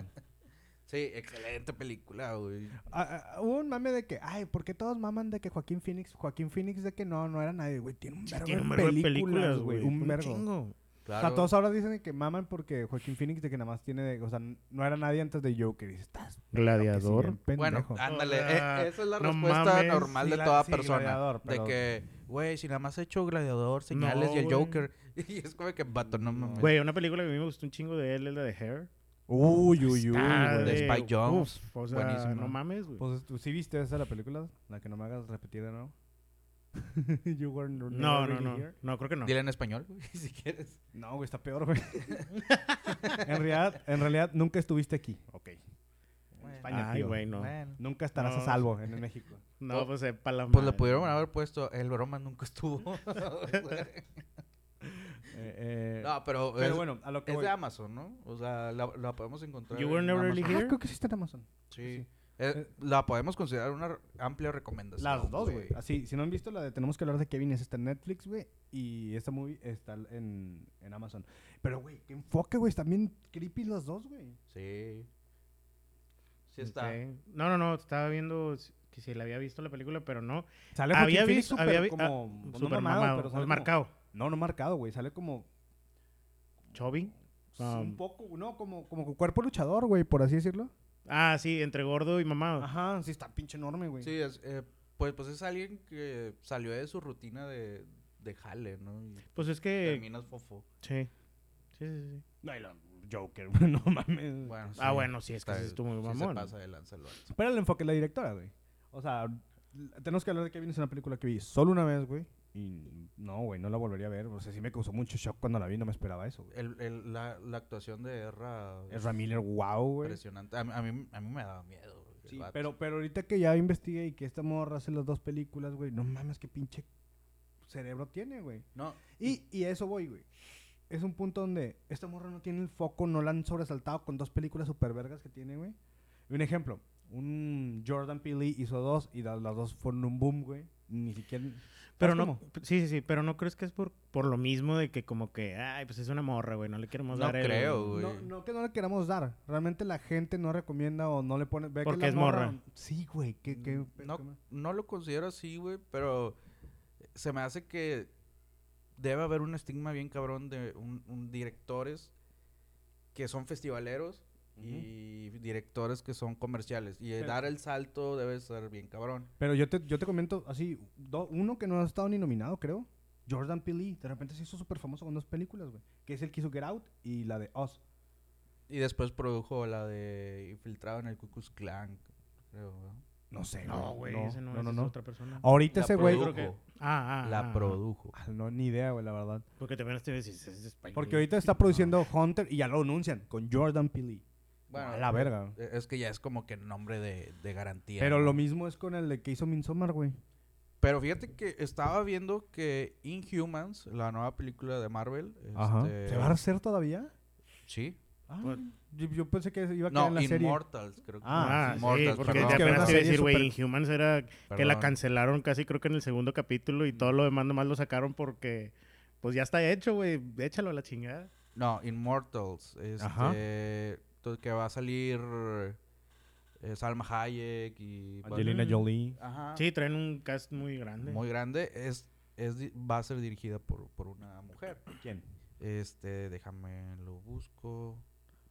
[SPEAKER 3] Sí, excelente película, güey.
[SPEAKER 2] Ah, ah, hubo un mame de que, ay, ¿por qué todos maman de que Joaquín Phoenix, Joaquín Phoenix de que no, no era nadie, güey? Tiene un vergo
[SPEAKER 1] Tiene
[SPEAKER 2] de
[SPEAKER 1] un vergo de
[SPEAKER 2] películas, güey. Un vergo.
[SPEAKER 1] chingo.
[SPEAKER 2] O
[SPEAKER 3] Claro.
[SPEAKER 2] sea, todos ahora dicen que maman porque Joaquín Phoenix de que nada más tiene, de- o sea, n- no era nadie antes de Joker. Y dices, estás
[SPEAKER 1] Gladiador. ah,
[SPEAKER 3] Bueno,
[SPEAKER 2] pendejo.
[SPEAKER 3] ándale.
[SPEAKER 1] O sea,
[SPEAKER 3] eh, esa es la
[SPEAKER 1] no
[SPEAKER 3] respuesta
[SPEAKER 1] mames,
[SPEAKER 3] normal
[SPEAKER 2] sí,
[SPEAKER 3] de
[SPEAKER 2] la-
[SPEAKER 3] toda
[SPEAKER 2] sí,
[SPEAKER 3] persona.
[SPEAKER 2] gladiador, pero-
[SPEAKER 3] De que, güey, si nada más he hecho Gladiador, Señales y el
[SPEAKER 1] güey.
[SPEAKER 3] Joker. Y es como que, vato, no mames.
[SPEAKER 1] Güey, una película que a mí me gustó un chingo de él es la de Hair.
[SPEAKER 2] uy, uy, uy.
[SPEAKER 1] Está
[SPEAKER 2] güey.
[SPEAKER 3] de Spike
[SPEAKER 1] uf,
[SPEAKER 3] Jonze.
[SPEAKER 1] o sea,
[SPEAKER 3] Buenísima.
[SPEAKER 1] no mames, güey.
[SPEAKER 2] Pues, ¿tú sí viste esa la película? La que no me hagas repetir de nuevo. you were never
[SPEAKER 1] No, no,
[SPEAKER 2] really
[SPEAKER 1] no.
[SPEAKER 2] here.
[SPEAKER 1] No, creo que no.
[SPEAKER 3] Dile en español, güey, si quieres.
[SPEAKER 2] No, güey, está peor, güey. en, realidad, en realidad, nunca estuviste aquí. Ok.
[SPEAKER 3] Bueno.
[SPEAKER 2] España,
[SPEAKER 1] Ay,
[SPEAKER 2] tío.
[SPEAKER 1] güey, no.
[SPEAKER 3] Bueno.
[SPEAKER 2] Nunca estarás a
[SPEAKER 1] No.
[SPEAKER 2] salvo en México.
[SPEAKER 1] No, pues eh, pa' la
[SPEAKER 3] Pues le
[SPEAKER 1] madre.
[SPEAKER 3] pudieron haber puesto, el broma nunca estuvo.
[SPEAKER 2] Eh, eh,
[SPEAKER 3] no, pero,
[SPEAKER 1] pues,
[SPEAKER 2] pero
[SPEAKER 3] es,
[SPEAKER 2] bueno, a lo que
[SPEAKER 3] es
[SPEAKER 2] voy.
[SPEAKER 3] de Amazon, ¿no? O sea, la, la podemos encontrar.
[SPEAKER 1] You Were
[SPEAKER 3] en
[SPEAKER 1] Never
[SPEAKER 3] Amazon.
[SPEAKER 1] Really
[SPEAKER 2] Ah,
[SPEAKER 1] Here.
[SPEAKER 2] creo que sí está en Amazon.
[SPEAKER 3] Sí.
[SPEAKER 2] Sí.
[SPEAKER 3] Eh,
[SPEAKER 2] Eh,
[SPEAKER 3] la podemos considerar una r- amplia recomendación.
[SPEAKER 2] Las dos, güey. Así, si no han visto la de Tenemos que hablar de Kevin, esa está en Netflix, güey. Y esta movie está en, en Amazon. Pero, güey, qué enfoque, güey. Están bien creepy las dos, güey.
[SPEAKER 3] Sí. Sí está.
[SPEAKER 1] Ok. No, no, no. Estaba viendo s- que si le había visto la película, pero no.
[SPEAKER 2] Sale
[SPEAKER 1] había
[SPEAKER 2] Joaquín Phoenix
[SPEAKER 1] visto,
[SPEAKER 2] súper
[SPEAKER 1] había vi- ah,
[SPEAKER 2] como... no
[SPEAKER 1] Súper
[SPEAKER 2] mamado,
[SPEAKER 1] mamado.
[SPEAKER 2] pero sale como-
[SPEAKER 1] marcado.
[SPEAKER 2] No, no marcado, güey. Sale como
[SPEAKER 1] Chubby.
[SPEAKER 2] Sí,
[SPEAKER 1] Um,
[SPEAKER 2] un poco, no, como, como con cuerpo luchador, güey, por así decirlo.
[SPEAKER 1] Ah, sí, entre gordo y mamado.
[SPEAKER 2] Ajá, sí, está pinche enorme, güey.
[SPEAKER 3] Sí, es, eh, pues, pues es alguien que salió de su rutina de, de jale, ¿no? Y
[SPEAKER 1] Pues es que.
[SPEAKER 3] terminas fofo.
[SPEAKER 1] Sí. Sí, sí, sí.
[SPEAKER 2] No, y la Joker, güey, no mames.
[SPEAKER 3] Bueno,
[SPEAKER 1] Ah,
[SPEAKER 3] sí,
[SPEAKER 1] bueno, sí, es que
[SPEAKER 3] está-
[SPEAKER 1] sí estuvo muy
[SPEAKER 3] sí se
[SPEAKER 1] mamón.
[SPEAKER 3] pasa de lanza, lo hace.
[SPEAKER 2] Pero el enfoque de la directora, güey. O sea, l- tenemos que hablar de que es una película que vi solo una vez, güey. Y no, güey, no la volvería a ver. O sea, sí me causó mucho shock cuando la vi, no me esperaba eso, güey.
[SPEAKER 3] El- el- la, la actuación de Erra es
[SPEAKER 2] Ezra Miller, wow, güey.
[SPEAKER 3] impresionante. A, mí- a mí, a mí me daba miedo. güey, el
[SPEAKER 2] Sí,
[SPEAKER 3] vato.
[SPEAKER 2] pero, pero ahorita que ya investigué y que esta morra hace las dos películas, güey, no mames, qué pinche cerebro tiene, güey.
[SPEAKER 3] No,
[SPEAKER 2] Y, y a eso voy, güey. Es un punto donde esta morra no tiene el foco, no la han sobresaltado con dos películas supervergas que tiene, güey. Y un ejemplo, un Jordan Peele hizo dos y la- las dos fueron un boom, güey. Ni siquiera...
[SPEAKER 1] Pero
[SPEAKER 2] ¿sabes
[SPEAKER 1] no,
[SPEAKER 2] cómo?
[SPEAKER 1] sí, sí, sí, pero no crees que es por, por lo mismo de que como que, ay, pues es una morra, güey, no le queremos
[SPEAKER 3] No
[SPEAKER 1] dar el-
[SPEAKER 3] creo, güey.
[SPEAKER 2] No, no que no le queramos dar. Realmente la gente no recomienda o no le pone... ve que
[SPEAKER 1] Porque
[SPEAKER 2] la
[SPEAKER 1] es morra.
[SPEAKER 2] Sí, güey. Que, que,
[SPEAKER 3] Mm, no, no lo considero así, güey, pero se me hace que debe haber un estigma bien cabrón de un, un directores que son festivaleros y directores que son comerciales. Y eh,
[SPEAKER 2] Pero-
[SPEAKER 3] dar el salto debe ser bien cabrón.
[SPEAKER 2] Pero yo te, yo te comento así, do- uno que no ha estado ni nominado, creo. Jordan Peele, de repente se hizo súper famoso con dos películas, güey. Que es el que hizo Get Out y la de Oz.
[SPEAKER 3] Y después produjo la de Infiltrado en el Ku Klux Klan, creo, ¿no?
[SPEAKER 2] No sé,
[SPEAKER 1] No, güey, ese no, esa es otra persona.
[SPEAKER 2] Ahorita
[SPEAKER 3] La
[SPEAKER 2] Este ese güey.
[SPEAKER 1] Creo
[SPEAKER 3] produjo.
[SPEAKER 1] que- Ah, ah, ah,
[SPEAKER 3] La
[SPEAKER 1] ah.
[SPEAKER 3] produjo.
[SPEAKER 2] Ah, No, ni idea, güey, la verdad.
[SPEAKER 1] Porque también estoy diciendo, es español.
[SPEAKER 2] Porque ahorita está produciendo Hunter y ya lo anuncian con Jordan Peele.
[SPEAKER 1] Ah,
[SPEAKER 3] Bueno,
[SPEAKER 2] a la verga.
[SPEAKER 3] eh, Es que ya es como que nombre de, de garantía.
[SPEAKER 2] Pero lo
[SPEAKER 3] mismo
[SPEAKER 2] mismo es con el de que hizo Midsommar, güey.
[SPEAKER 3] Pero fíjate que estaba viendo que Inhumans, la nueva película de Marvel,
[SPEAKER 2] Ajá.
[SPEAKER 3] este,
[SPEAKER 2] ¿Se va a hacer todavía?
[SPEAKER 3] Sí.
[SPEAKER 2] Ah,
[SPEAKER 1] Pues-
[SPEAKER 2] yo, yo pensé que se iba a quedar
[SPEAKER 3] No,
[SPEAKER 2] en la serie.
[SPEAKER 3] Immortals, creo que.
[SPEAKER 1] Ah,
[SPEAKER 2] Ah,
[SPEAKER 1] sí,
[SPEAKER 3] Immortals,
[SPEAKER 1] porque ya
[SPEAKER 3] perdón,
[SPEAKER 2] Es que
[SPEAKER 1] apenas
[SPEAKER 2] una
[SPEAKER 1] te iba a
[SPEAKER 2] serie
[SPEAKER 1] decir, güey,
[SPEAKER 2] súper-
[SPEAKER 1] Inhumans era que la
[SPEAKER 3] Perdón.
[SPEAKER 1] cancelaron casi creo que en el segundo capítulo y todo lo demás nomás lo sacaron porque, pues ya está hecho, güey, échalo a la chingada.
[SPEAKER 3] No, Immortals.
[SPEAKER 1] Ajá.
[SPEAKER 3] Este, to- que va a salir eh, Salma Hayek y... va-
[SPEAKER 1] Angelina Mm.
[SPEAKER 2] Jolie.
[SPEAKER 3] Ajá.
[SPEAKER 1] Sí, traen un cast muy grande.
[SPEAKER 3] Muy grande. Es, es, di- va a ser dirigida por, por una mujer.
[SPEAKER 2] ¿Quién?
[SPEAKER 3] Este, déjame, lo busco.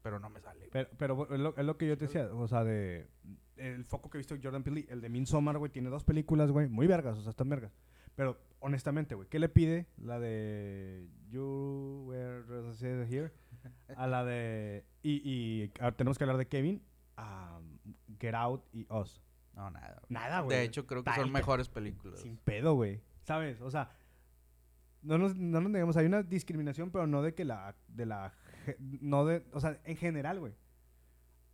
[SPEAKER 3] Pero no me sale.
[SPEAKER 2] Pero, pero es, lo, es lo que yo te decía, o sea, de... El foco que he visto de Jordan Peele, el de Midsommar, güey, tiene dos películas, güey, muy vergas, o sea, están vergas. Pero, honestamente, güey, ¿qué le pide la de You Were Resided Here a la de... Y, y ah, tenemos que hablar de Kevin, a Get Out y Us.
[SPEAKER 3] No, nada. güey.
[SPEAKER 2] Nada, güey.
[SPEAKER 3] De hecho, creo que
[SPEAKER 2] Está
[SPEAKER 3] son
[SPEAKER 2] ahí,
[SPEAKER 3] mejores películas.
[SPEAKER 2] Sin pedo, güey. ¿Sabes? O sea, no nos, no nos negamos. Hay una discriminación, pero no de que la... De la ge- no de... O sea, en general, güey.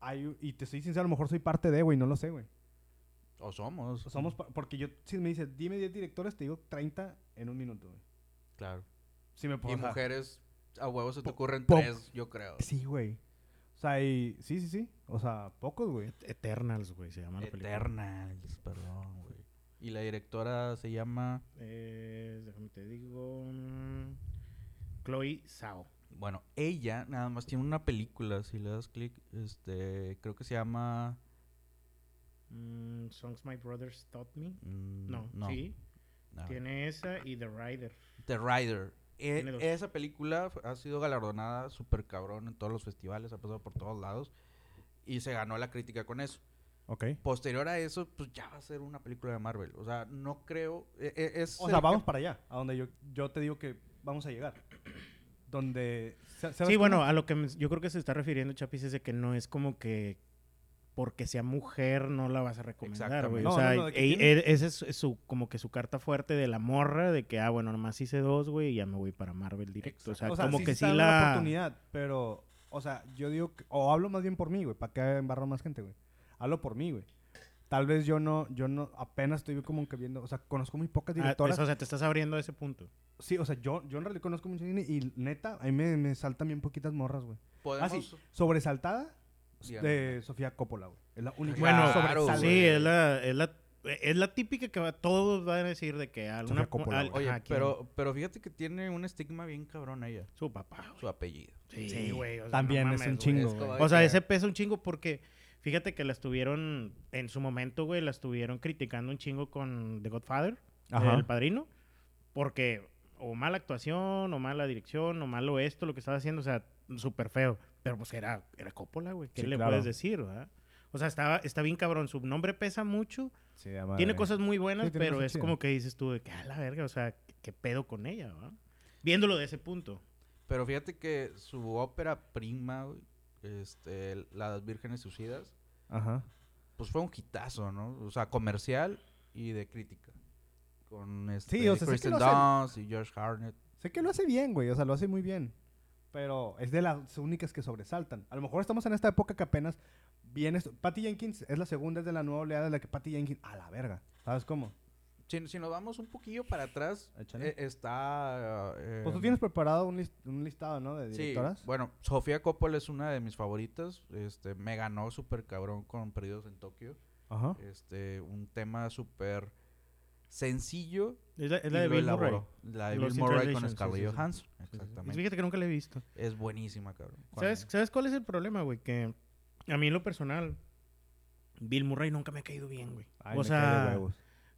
[SPEAKER 2] Hay, u- y te soy sincero, a lo mejor soy parte de, güey, no lo sé, güey.
[SPEAKER 3] O somos.
[SPEAKER 2] Somos... pa- Porque yo, si me dices, dime 10 directores, te digo 30 en un minuto, güey.
[SPEAKER 3] Claro.
[SPEAKER 2] Si me
[SPEAKER 3] Y
[SPEAKER 2] pongo- o sea,
[SPEAKER 3] mujeres, a huevos se te
[SPEAKER 2] po-
[SPEAKER 3] ocurren
[SPEAKER 2] po-
[SPEAKER 3] tres, yo creo.
[SPEAKER 2] Sí, güey. O sea, y... Sí, sí, sí. O sea, pocos, güey.
[SPEAKER 1] Eternals, güey, se llama la película.
[SPEAKER 3] Eternals, perdón, güey. Y la directora se llama,
[SPEAKER 1] Eh, déjame te digo. mm, Chloe Zhao.
[SPEAKER 3] bueno, ella nada más tiene una película, si le das clic, este, creo que se llama
[SPEAKER 1] Mm, Songs My Brothers Taught Me.
[SPEAKER 3] mm, Ah.
[SPEAKER 1] No, sí.
[SPEAKER 3] no.
[SPEAKER 1] Tiene esa y The Rider.
[SPEAKER 3] The Rider. E-
[SPEAKER 1] Tiene dos.
[SPEAKER 3] esa película f- ha sido galardonada súper cabrón en todos los festivales, ha pasado por todos lados y se ganó la crítica con eso.
[SPEAKER 2] Ok.
[SPEAKER 3] Posterior a eso, pues ya va a ser una película de Marvel. O sea, no creo. e- e- es
[SPEAKER 2] O sea,
[SPEAKER 3] el
[SPEAKER 2] vamos
[SPEAKER 3] ejemplo-
[SPEAKER 2] para allá. A donde yo, yo te digo que vamos a llegar. Donde... ¿sabes
[SPEAKER 1] Sí,
[SPEAKER 2] cómo?
[SPEAKER 1] bueno, a lo que me- yo creo que se está refiriendo Chapis es de que no es como que porque sea mujer no la vas a recomendar, güey.
[SPEAKER 3] Exactamente.
[SPEAKER 1] o
[SPEAKER 2] No,
[SPEAKER 1] sea,
[SPEAKER 2] no, no, de que
[SPEAKER 1] e-
[SPEAKER 2] tiene-
[SPEAKER 1] e- esa es su- su, como que su carta fuerte de la morra, de que, ah, bueno, nomás hice dos, güey, y ya me voy para Marvel directo. O sea,
[SPEAKER 2] O sea,
[SPEAKER 1] como
[SPEAKER 2] sí
[SPEAKER 1] que
[SPEAKER 2] se está
[SPEAKER 1] sí
[SPEAKER 2] dando una
[SPEAKER 1] la...
[SPEAKER 2] oportunidad, pero, o sea, yo digo, que- o hablo más bien por mí, güey, para que embarro más gente, güey. Hablo por mí, güey. Tal vez yo no, yo no, apenas estoy como que viendo, o sea, conozco muy pocas
[SPEAKER 1] Ah,
[SPEAKER 2] directoras.
[SPEAKER 1] eso, o sea, te estás abriendo a ese punto.
[SPEAKER 2] Sí, o sea, yo, yo en realidad conozco mucho cine y neta, a mí me, me saltan bien poquitas morras, güey. Ah, sí,
[SPEAKER 3] Podemos.
[SPEAKER 2] sobresaltada
[SPEAKER 3] Diana.
[SPEAKER 2] de Sofía Coppola, güey. Es la única
[SPEAKER 3] Bueno,
[SPEAKER 2] que
[SPEAKER 3] claro,
[SPEAKER 2] sobresale.
[SPEAKER 1] Sí,
[SPEAKER 3] güey.
[SPEAKER 1] es la, es la, es la típica que va- todos van a decir de que alguna...
[SPEAKER 2] Sofía Coppola,
[SPEAKER 1] al-
[SPEAKER 3] Oye,
[SPEAKER 1] ajá, ¿quién?
[SPEAKER 3] pero, pero fíjate que tiene un estigma bien cabrón ella,
[SPEAKER 1] Su papá, güey.
[SPEAKER 3] su apellido.
[SPEAKER 1] Sí, güey. o sea, Ah,
[SPEAKER 2] También
[SPEAKER 1] no
[SPEAKER 2] es un
[SPEAKER 1] mames, güey.
[SPEAKER 2] chingo,
[SPEAKER 3] Es como
[SPEAKER 2] güey.
[SPEAKER 3] de
[SPEAKER 1] O sea,
[SPEAKER 3] que-
[SPEAKER 1] ese pesa un chingo porque fíjate que las tuvieron en su momento, güey, las tuvieron criticando un chingo con The Godfather,
[SPEAKER 2] Ajá.
[SPEAKER 1] El Padrino, porque o mala actuación, o mala dirección, o malo esto, lo que estaba haciendo, o sea, súper feo. Pero pues era, era Coppola, güey. ¿Qué
[SPEAKER 2] Sí,
[SPEAKER 1] le
[SPEAKER 2] claro.
[SPEAKER 1] puedes decir, verdad? O sea, estaba, está bien cabrón. Su nombre pesa mucho.
[SPEAKER 2] Sí, de madre.
[SPEAKER 1] Tiene cosas muy buenas,
[SPEAKER 2] Sí, tiene
[SPEAKER 1] pero
[SPEAKER 2] cosas
[SPEAKER 1] es
[SPEAKER 2] chidas.
[SPEAKER 1] como que dices tú de que a la verga, o sea, ¿qué, qué pedo con ella, ¿verdad? Viéndolo de ese punto.
[SPEAKER 3] Pero fíjate que su ópera prima, güey, este, Las Vírgenes Suicidas,
[SPEAKER 2] Ajá.
[SPEAKER 3] pues fue un hitazo, ¿no? O sea, comercial y de crítica. Con este,
[SPEAKER 2] Sí, o sea, sé que
[SPEAKER 3] Kristen
[SPEAKER 2] lo hacen.
[SPEAKER 3] Dunst y Josh Harnett.
[SPEAKER 2] Sé que lo hace bien, güey. O sea, lo hace muy bien. Pero es de las únicas que sobresaltan. A lo mejor estamos en esta época que apenas viene... esto- Patty Jenkins es la segunda, es de la nueva oleada de la que Patty Jenkins... A la verga. ¿Sabes cómo?
[SPEAKER 3] Si, si nos vamos un poquillo para atrás,
[SPEAKER 2] Échale.
[SPEAKER 3] eh, está... eh,
[SPEAKER 2] Pues tú
[SPEAKER 1] mm.
[SPEAKER 2] tienes preparado un, lis- un listado, ¿no? De
[SPEAKER 3] Sí,
[SPEAKER 2] directoras.
[SPEAKER 3] bueno, Sofía Coppola es una de mis favoritas. Este, me ganó súper cabrón con Perdidos en Tokio.
[SPEAKER 2] Ajá.
[SPEAKER 3] Este, un tema súper sencillo.
[SPEAKER 1] Es la, es
[SPEAKER 3] y
[SPEAKER 1] la de
[SPEAKER 3] lo
[SPEAKER 1] Bill Murray.
[SPEAKER 3] elaboró. La de
[SPEAKER 1] Lost
[SPEAKER 3] Bill
[SPEAKER 1] in
[SPEAKER 3] Murray
[SPEAKER 1] Translation,
[SPEAKER 3] con
[SPEAKER 1] sí,
[SPEAKER 3] Scarlett
[SPEAKER 1] sí, sí.
[SPEAKER 3] Johansson.
[SPEAKER 1] Sí, sí.
[SPEAKER 3] Exactamente.
[SPEAKER 1] Fíjate que nunca la he visto.
[SPEAKER 3] Es buenísima, cabrón.
[SPEAKER 1] ¿Sabes,
[SPEAKER 3] Cuando-
[SPEAKER 1] ¿Sabes cuál es el problema, güey? Que a mí en lo personal, Bill Murray nunca me ha caído bien, güey.
[SPEAKER 2] Ay,
[SPEAKER 1] o
[SPEAKER 2] me cae de
[SPEAKER 1] sea,
[SPEAKER 2] huevos.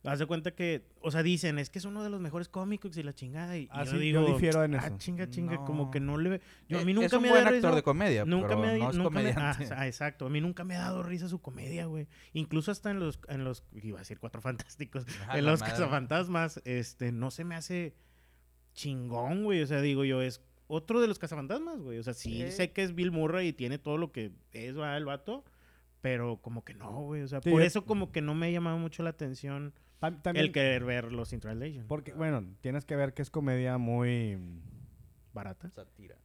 [SPEAKER 1] haz de cuenta que, o sea, dicen, es que es uno de los mejores cómicos y la chingada. Y
[SPEAKER 2] Ah,
[SPEAKER 1] yo
[SPEAKER 2] sí, yo
[SPEAKER 1] digo,
[SPEAKER 2] difiero en
[SPEAKER 1] ah,
[SPEAKER 2] eso".
[SPEAKER 1] chinga, chinga,
[SPEAKER 3] No.
[SPEAKER 1] como que no le... Yo, a mí
[SPEAKER 3] Eh,
[SPEAKER 1] nunca
[SPEAKER 3] es un
[SPEAKER 1] me ha
[SPEAKER 3] buen
[SPEAKER 1] dado
[SPEAKER 3] actor
[SPEAKER 1] risa-
[SPEAKER 3] de comedia,
[SPEAKER 1] Nunca
[SPEAKER 3] pero
[SPEAKER 1] me ha
[SPEAKER 3] no es
[SPEAKER 1] nunca me- ah,
[SPEAKER 3] comediante.
[SPEAKER 1] ah, exacto, a mí nunca me ha dado risa su comedia, güey. Incluso hasta en los en los iba a decir cuatro fantásticos,
[SPEAKER 3] Ah,
[SPEAKER 1] en
[SPEAKER 3] la
[SPEAKER 1] los
[SPEAKER 3] madre.
[SPEAKER 1] cazafantasmas, este no se me hace chingón, güey, o sea, digo yo es otro de los cazafantasmas, güey. O sea, sí
[SPEAKER 3] Sí.
[SPEAKER 1] sé que es Bill Murray y tiene todo lo que es va, el vato, pero como que no, güey, o sea,
[SPEAKER 2] Sí,
[SPEAKER 1] por
[SPEAKER 2] yo-
[SPEAKER 1] eso como que no me ha llamado mucho la atención
[SPEAKER 2] Tam- también...
[SPEAKER 1] el querer ver los in Translation.
[SPEAKER 2] Porque, bueno, tienes que ver que es comedia muy...
[SPEAKER 1] barata.
[SPEAKER 3] Sátira.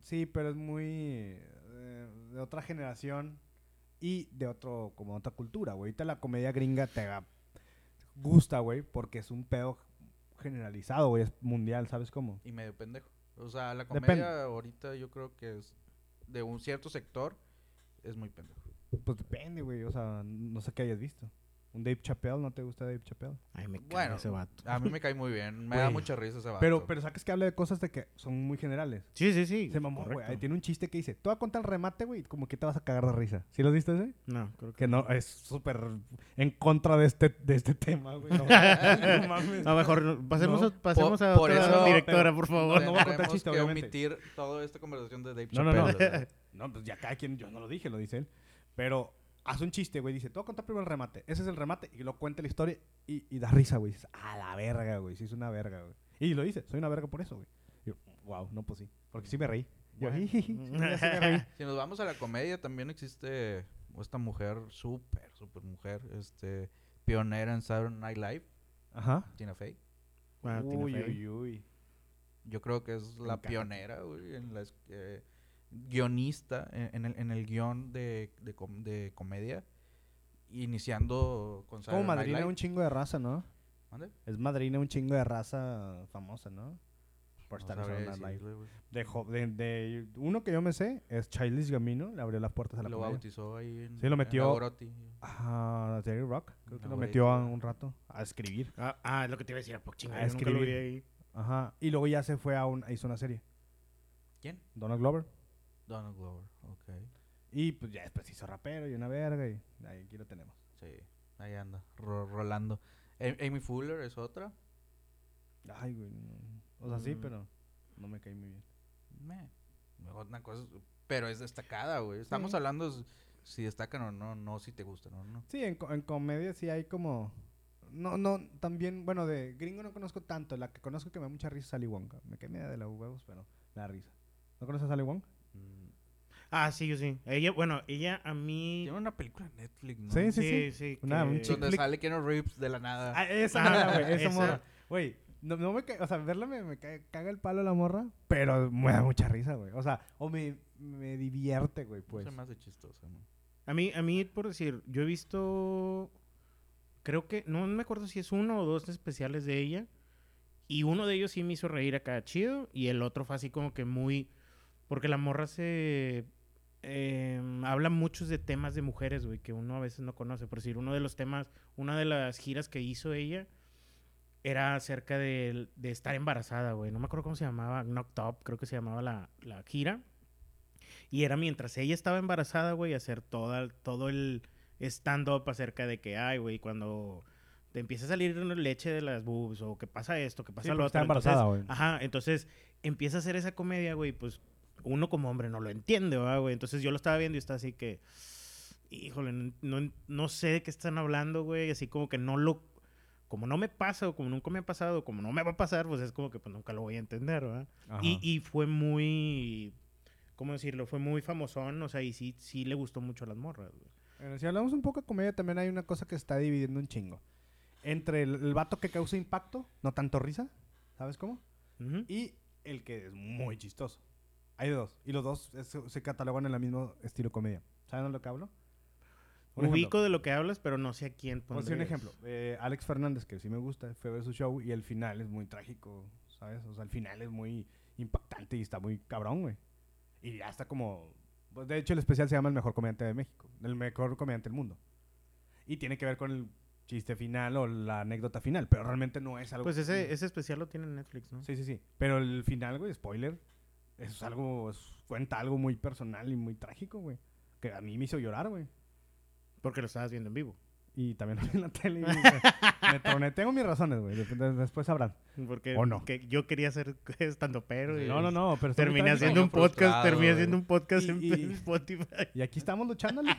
[SPEAKER 2] Sí, pero es muy... eh, de otra generación y de otro... Como otra cultura, güey. Ahorita la comedia gringa te da- gusta, güey, porque es un pedo generalizado, güey. Es mundial, ¿sabes cómo?
[SPEAKER 3] Y medio pendejo. O sea, la
[SPEAKER 2] Depende.
[SPEAKER 3] comedia ahorita yo creo que es de un cierto sector, es muy pendejo.
[SPEAKER 2] Pues depende, güey. O sea, no sé qué hayas visto. Un Dave Chappelle, ¿no te gusta Dave Chappelle?
[SPEAKER 1] Ay, me cae
[SPEAKER 3] Bueno,
[SPEAKER 1] ese vato.
[SPEAKER 3] A mí me cae muy bien. Me da
[SPEAKER 1] Güey.
[SPEAKER 3] mucha risa ese vato.
[SPEAKER 2] Pero, pero sacas que habla de cosas de que son muy generales.
[SPEAKER 1] Sí, sí, sí.
[SPEAKER 2] Se mamó, güey.
[SPEAKER 1] correcto.
[SPEAKER 2] Ahí Tiene un chiste que dice, tú vas a contar el remate, güey, como que te vas a cagar de risa. ¿Sí lo viste ese?
[SPEAKER 1] No, creo que
[SPEAKER 2] Que no, es súper en contra de este, de este tema, güey. No, no mames.
[SPEAKER 1] no. mejor pasemos,
[SPEAKER 2] No,
[SPEAKER 1] a, pasemos a
[SPEAKER 3] por
[SPEAKER 1] otra
[SPEAKER 3] eso-
[SPEAKER 1] directora, por
[SPEAKER 3] No
[SPEAKER 1] favor.
[SPEAKER 2] no voy a contar
[SPEAKER 3] tendremos
[SPEAKER 2] chiste,
[SPEAKER 3] que
[SPEAKER 2] obviamente.
[SPEAKER 3] omitir toda esta conversación de Dave
[SPEAKER 2] No, no, no.
[SPEAKER 3] Chappelle. ¿verdad?
[SPEAKER 2] No, pues ya cada quien, yo no lo dije, lo dice él. Pero hace un chiste, güey. Dice, tú vas a contar primero el remate. Ese es el remate. Y lo cuenta la historia y, y da risa, güey. Dices, a la verga, güey. Sí, es una verga, güey. Y lo dice, soy una verga por eso, güey. Y yo, wow, no, pues sí. Porque sí me reí. Yo,
[SPEAKER 1] Bueno.
[SPEAKER 2] "Jiji, sí, ya sí me reí".
[SPEAKER 3] Si nos vamos a la comedia, también existe esta mujer, súper, súper mujer, este, pionera en Saturday Night Live,
[SPEAKER 2] Ajá.
[SPEAKER 3] Tina Fey.
[SPEAKER 1] Bueno, Tina
[SPEAKER 2] uy,
[SPEAKER 1] Fey.
[SPEAKER 2] uy, uy.
[SPEAKER 3] Yo creo que es la
[SPEAKER 2] encanta.
[SPEAKER 3] pionera, güey, en las, eh, guionista en, en el, en el guión de, de, com- de comedia, iniciando con
[SPEAKER 2] Como
[SPEAKER 3] Saturday Night
[SPEAKER 2] madrina
[SPEAKER 3] Live.
[SPEAKER 2] un chingo de raza, ¿no?
[SPEAKER 3] ¿Mande?
[SPEAKER 2] Es madrina un chingo de raza famosa, ¿no? Por
[SPEAKER 3] No
[SPEAKER 2] estar
[SPEAKER 3] sabría
[SPEAKER 2] en Saturday Night Live.
[SPEAKER 3] decirle, güey.
[SPEAKER 2] De, jo- de- de- uno que yo me sé es Childish Gamino, le abrió las puertas a la
[SPEAKER 3] Lo
[SPEAKER 2] comedia.
[SPEAKER 3] bautizó ahí en,
[SPEAKER 2] Sí, lo
[SPEAKER 3] en
[SPEAKER 2] metió-
[SPEAKER 3] Nagoroti.
[SPEAKER 2] Ah, Jerry Rock. Creo que
[SPEAKER 3] No,
[SPEAKER 2] lo
[SPEAKER 3] güey,
[SPEAKER 2] metió a
[SPEAKER 3] sí.
[SPEAKER 2] un rato a escribir.
[SPEAKER 1] Ah, ah, es lo que te iba a decir. Pues, chingada,
[SPEAKER 2] A
[SPEAKER 1] yo nunca lo vi
[SPEAKER 2] escribir.
[SPEAKER 1] ahí.
[SPEAKER 2] Ajá. Y luego ya se fue a un, hizo una serie.
[SPEAKER 3] ¿Quién?
[SPEAKER 2] Donald Glover.
[SPEAKER 3] Donald Glover, ok.
[SPEAKER 2] Y pues ya después hizo rapero y una verga y ahí aquí lo tenemos.
[SPEAKER 3] Sí, ahí anda, ro- rolando. A- Amy Fuller es otra.
[SPEAKER 2] Ay, güey. no. O sea, sí,
[SPEAKER 1] Mm.
[SPEAKER 2] pero no me caí muy bien.
[SPEAKER 3] Meh. Mejor una cosa, pero es destacada, güey. Estamos
[SPEAKER 2] Sí.
[SPEAKER 3] hablando s- si destacan o no, no si te gustan o no.
[SPEAKER 2] Sí, en, co- en comedia sí hay como... No, no, también, bueno, de gringo no conozco tanto. La que conozco que me da mucha risa es Sally Wonka. Me cae media de los huevos, pero me da risa. ¿No conoces a Sally Wonka?
[SPEAKER 3] Mm,
[SPEAKER 1] Ah, sí, yo sí. Ella, bueno, ella a mí.
[SPEAKER 3] Tiene una película en Netflix, ¿no?
[SPEAKER 2] Sí, sí,
[SPEAKER 1] Sí, sí.
[SPEAKER 2] Una-
[SPEAKER 1] que-
[SPEAKER 2] un chico.
[SPEAKER 3] Donde
[SPEAKER 2] Netflix.
[SPEAKER 3] sale Keanu Reeves de la nada.
[SPEAKER 2] Ah, esa
[SPEAKER 1] Ah,
[SPEAKER 2] morra, güey. Esa
[SPEAKER 1] esa.
[SPEAKER 2] morra. Güey, no, no me cae, o sea, verla me, me cae- caga el palo la morra, pero me da mucha risa, güey. O sea, o me, me divierte, güey, pues.
[SPEAKER 3] Se me hace chistosa, ¿no?
[SPEAKER 1] A mí, a mí, por decir, yo he visto, creo que, no me acuerdo si es uno o dos especiales de ella, y uno de ellos sí me hizo reír acá chido, y el otro fue así como que muy, porque la morra se, em, habla muchos de temas de mujeres, güey, que uno a veces no conoce, por decir, uno de los temas, una de las giras que hizo ella era acerca de, de estar embarazada, güey, no me acuerdo cómo se llamaba, Knocked Up, creo que se llamaba la, la gira. Y era mientras ella estaba embarazada, güey, hacer toda, todo el stand-up acerca de que, ay, güey, cuando te empieza a salir una leche de las boobs o que pasa esto, que pasa
[SPEAKER 2] Sí,
[SPEAKER 1] lo
[SPEAKER 2] porque
[SPEAKER 1] otro.
[SPEAKER 2] está
[SPEAKER 1] Entonces,
[SPEAKER 2] embarazada, güey.
[SPEAKER 1] Ajá, entonces empieza a hacer esa comedia, güey, pues uno como hombre no lo entiende, ¿verdad, güey? Entonces yo lo estaba viendo y está así que, híjole, no, no- no sé de qué están hablando, güey, así como que no lo, como no me pasa o como nunca me ha pasado, como no me va a pasar, pues es como que pues nunca lo voy a entender, ¿verdad? Ah, Y, y fue muy, ¿cómo decirlo? Fue muy famosón, o sea, y sí, sí le gustó mucho a las morras, güey.
[SPEAKER 2] Bueno, si hablamos un poco de comedia, también hay una cosa que está dividiendo un chingo. Entre el, el vato que causa impacto, no tanto risa, ¿sabes cómo?
[SPEAKER 1] Ujú.
[SPEAKER 2] Y el que es muy chistoso. Hay dos. Y los dos es- se catalogan en el mismo estilo comedia. ¿Saben de lo que hablo? Un ejemplo.
[SPEAKER 1] Ubico de lo que hablas, pero no sé a quién
[SPEAKER 2] Por decir un
[SPEAKER 1] pondrías.
[SPEAKER 2] ejemplo, eh, Alex Fernández, que sí me gusta, fue a ver su show y el final es muy trágico, ¿sabes? O sea, el final es muy impactante y está muy cabrón, güey. Y ya está como... pues, de hecho, el especial se llama El Mejor Comediante de México, el mejor comediante del mundo. Y tiene que ver con el chiste final o la anécdota final, pero realmente no es algo...
[SPEAKER 1] Pues ese,
[SPEAKER 2] que-
[SPEAKER 1] ese especial lo tiene en Netflix, ¿no?
[SPEAKER 2] Sí, sí, sí. Pero el final, güey, spoiler, es algo... es- cuenta algo muy personal y muy trágico, güey. Que a mí me hizo llorar, güey.
[SPEAKER 1] Porque lo estabas viendo en vivo.
[SPEAKER 2] Y también lo vi en la tele. y me, me troné. Tengo mis razones, güey. Dep- de- Después sabrán.
[SPEAKER 1] Porque
[SPEAKER 2] ¿O no?
[SPEAKER 1] que yo quería ser estando pero
[SPEAKER 3] Sí.
[SPEAKER 1] y pues,
[SPEAKER 3] No, no,
[SPEAKER 2] no. Pero
[SPEAKER 1] terminé haciendo
[SPEAKER 3] bien
[SPEAKER 1] un podcast,
[SPEAKER 3] frustrado,
[SPEAKER 1] terminé
[SPEAKER 3] güey.
[SPEAKER 1] haciendo un podcast
[SPEAKER 2] Y-
[SPEAKER 1] en
[SPEAKER 2] y-
[SPEAKER 1] Spotify.
[SPEAKER 2] Y aquí estamos luchándole.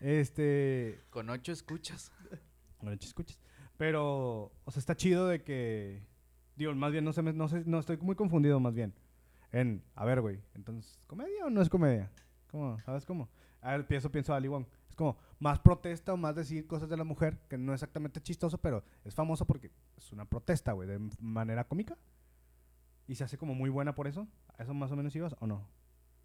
[SPEAKER 2] este...
[SPEAKER 3] Con ocho escuchas.
[SPEAKER 2] Bueno, escuchas. Pero, o sea, está chido de que... Digo, más bien, no sé, no sé, no estoy muy confundido más bien. En, a ver, güey, entonces, ¿comedia o no es comedia? ¿Cómo? ¿Sabes cómo? A ver, pienso, pienso a Ali Wong. Es como más protesta o más decir cosas de la mujer, que no exactamente es chistoso, pero es famoso porque es una protesta, güey, de m- manera cómica. Y se hace como muy buena por eso. ¿A eso más o menos ibas o no?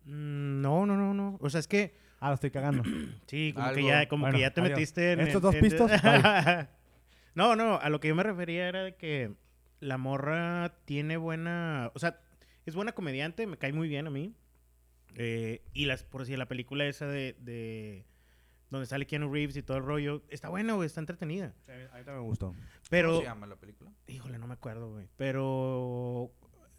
[SPEAKER 1] Mm, No, no, no, no. O sea, es que
[SPEAKER 2] Ah, la estoy cagando.
[SPEAKER 1] Sí, como, que
[SPEAKER 3] Algo.
[SPEAKER 1] ya, como
[SPEAKER 2] Bueno,
[SPEAKER 1] que ya te
[SPEAKER 2] adiós.
[SPEAKER 1] metiste en...
[SPEAKER 2] ¿Estos
[SPEAKER 1] en-
[SPEAKER 2] dos
[SPEAKER 1] en-
[SPEAKER 2] pistos?
[SPEAKER 1] no, no, a lo que yo me refería era de que la morra tiene buena... O sea, es buena comediante, me cae muy bien a mí. Eh, y las, por si la película esa de, de donde sale Keanu Reeves y todo el rollo. Está buena, güey, está entretenida.
[SPEAKER 2] A mí también me gustó.
[SPEAKER 1] Pero,
[SPEAKER 3] ¿Cómo se llama la película?
[SPEAKER 1] híjole, no me acuerdo, güey. Pero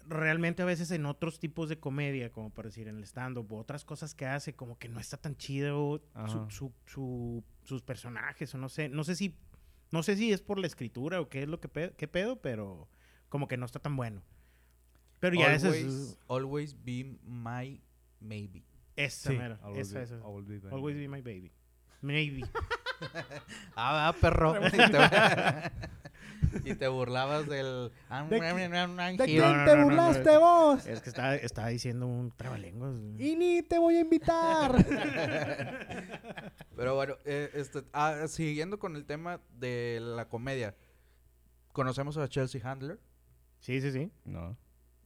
[SPEAKER 1] realmente a veces en otros tipos de comedia, como por decir en el stand-up, u otras cosas que hace, como que no está tan chido
[SPEAKER 2] Ajá.
[SPEAKER 1] su, su- su- sus personajes, o no sé. No sé si, no sé si es por la escritura o qué es lo que pe- qué pedo, pero como que no está tan bueno. Pero ya
[SPEAKER 3] always,
[SPEAKER 1] esa es.
[SPEAKER 3] always be my maybe.
[SPEAKER 1] Esa, mera,
[SPEAKER 2] Always
[SPEAKER 1] esa,
[SPEAKER 2] Be-
[SPEAKER 1] esa.
[SPEAKER 2] Always Be My
[SPEAKER 1] Always be
[SPEAKER 2] Baby.
[SPEAKER 1] my baby. Maybe.
[SPEAKER 3] Ah, va, perro. y te burlabas del.
[SPEAKER 2] ¿De ¿De
[SPEAKER 1] No,
[SPEAKER 2] quién
[SPEAKER 1] no,
[SPEAKER 2] te
[SPEAKER 1] no, no,
[SPEAKER 2] burlaste
[SPEAKER 1] no.
[SPEAKER 2] vos?
[SPEAKER 1] Es que está, está diciendo un trabalenguas. güey.
[SPEAKER 2] Y ni te voy a invitar.
[SPEAKER 3] Pero bueno, eh, este, ah, siguiendo con el tema de la comedia. ¿Conocemos a Chelsea Handler?
[SPEAKER 1] Sí, sí, sí.
[SPEAKER 2] no,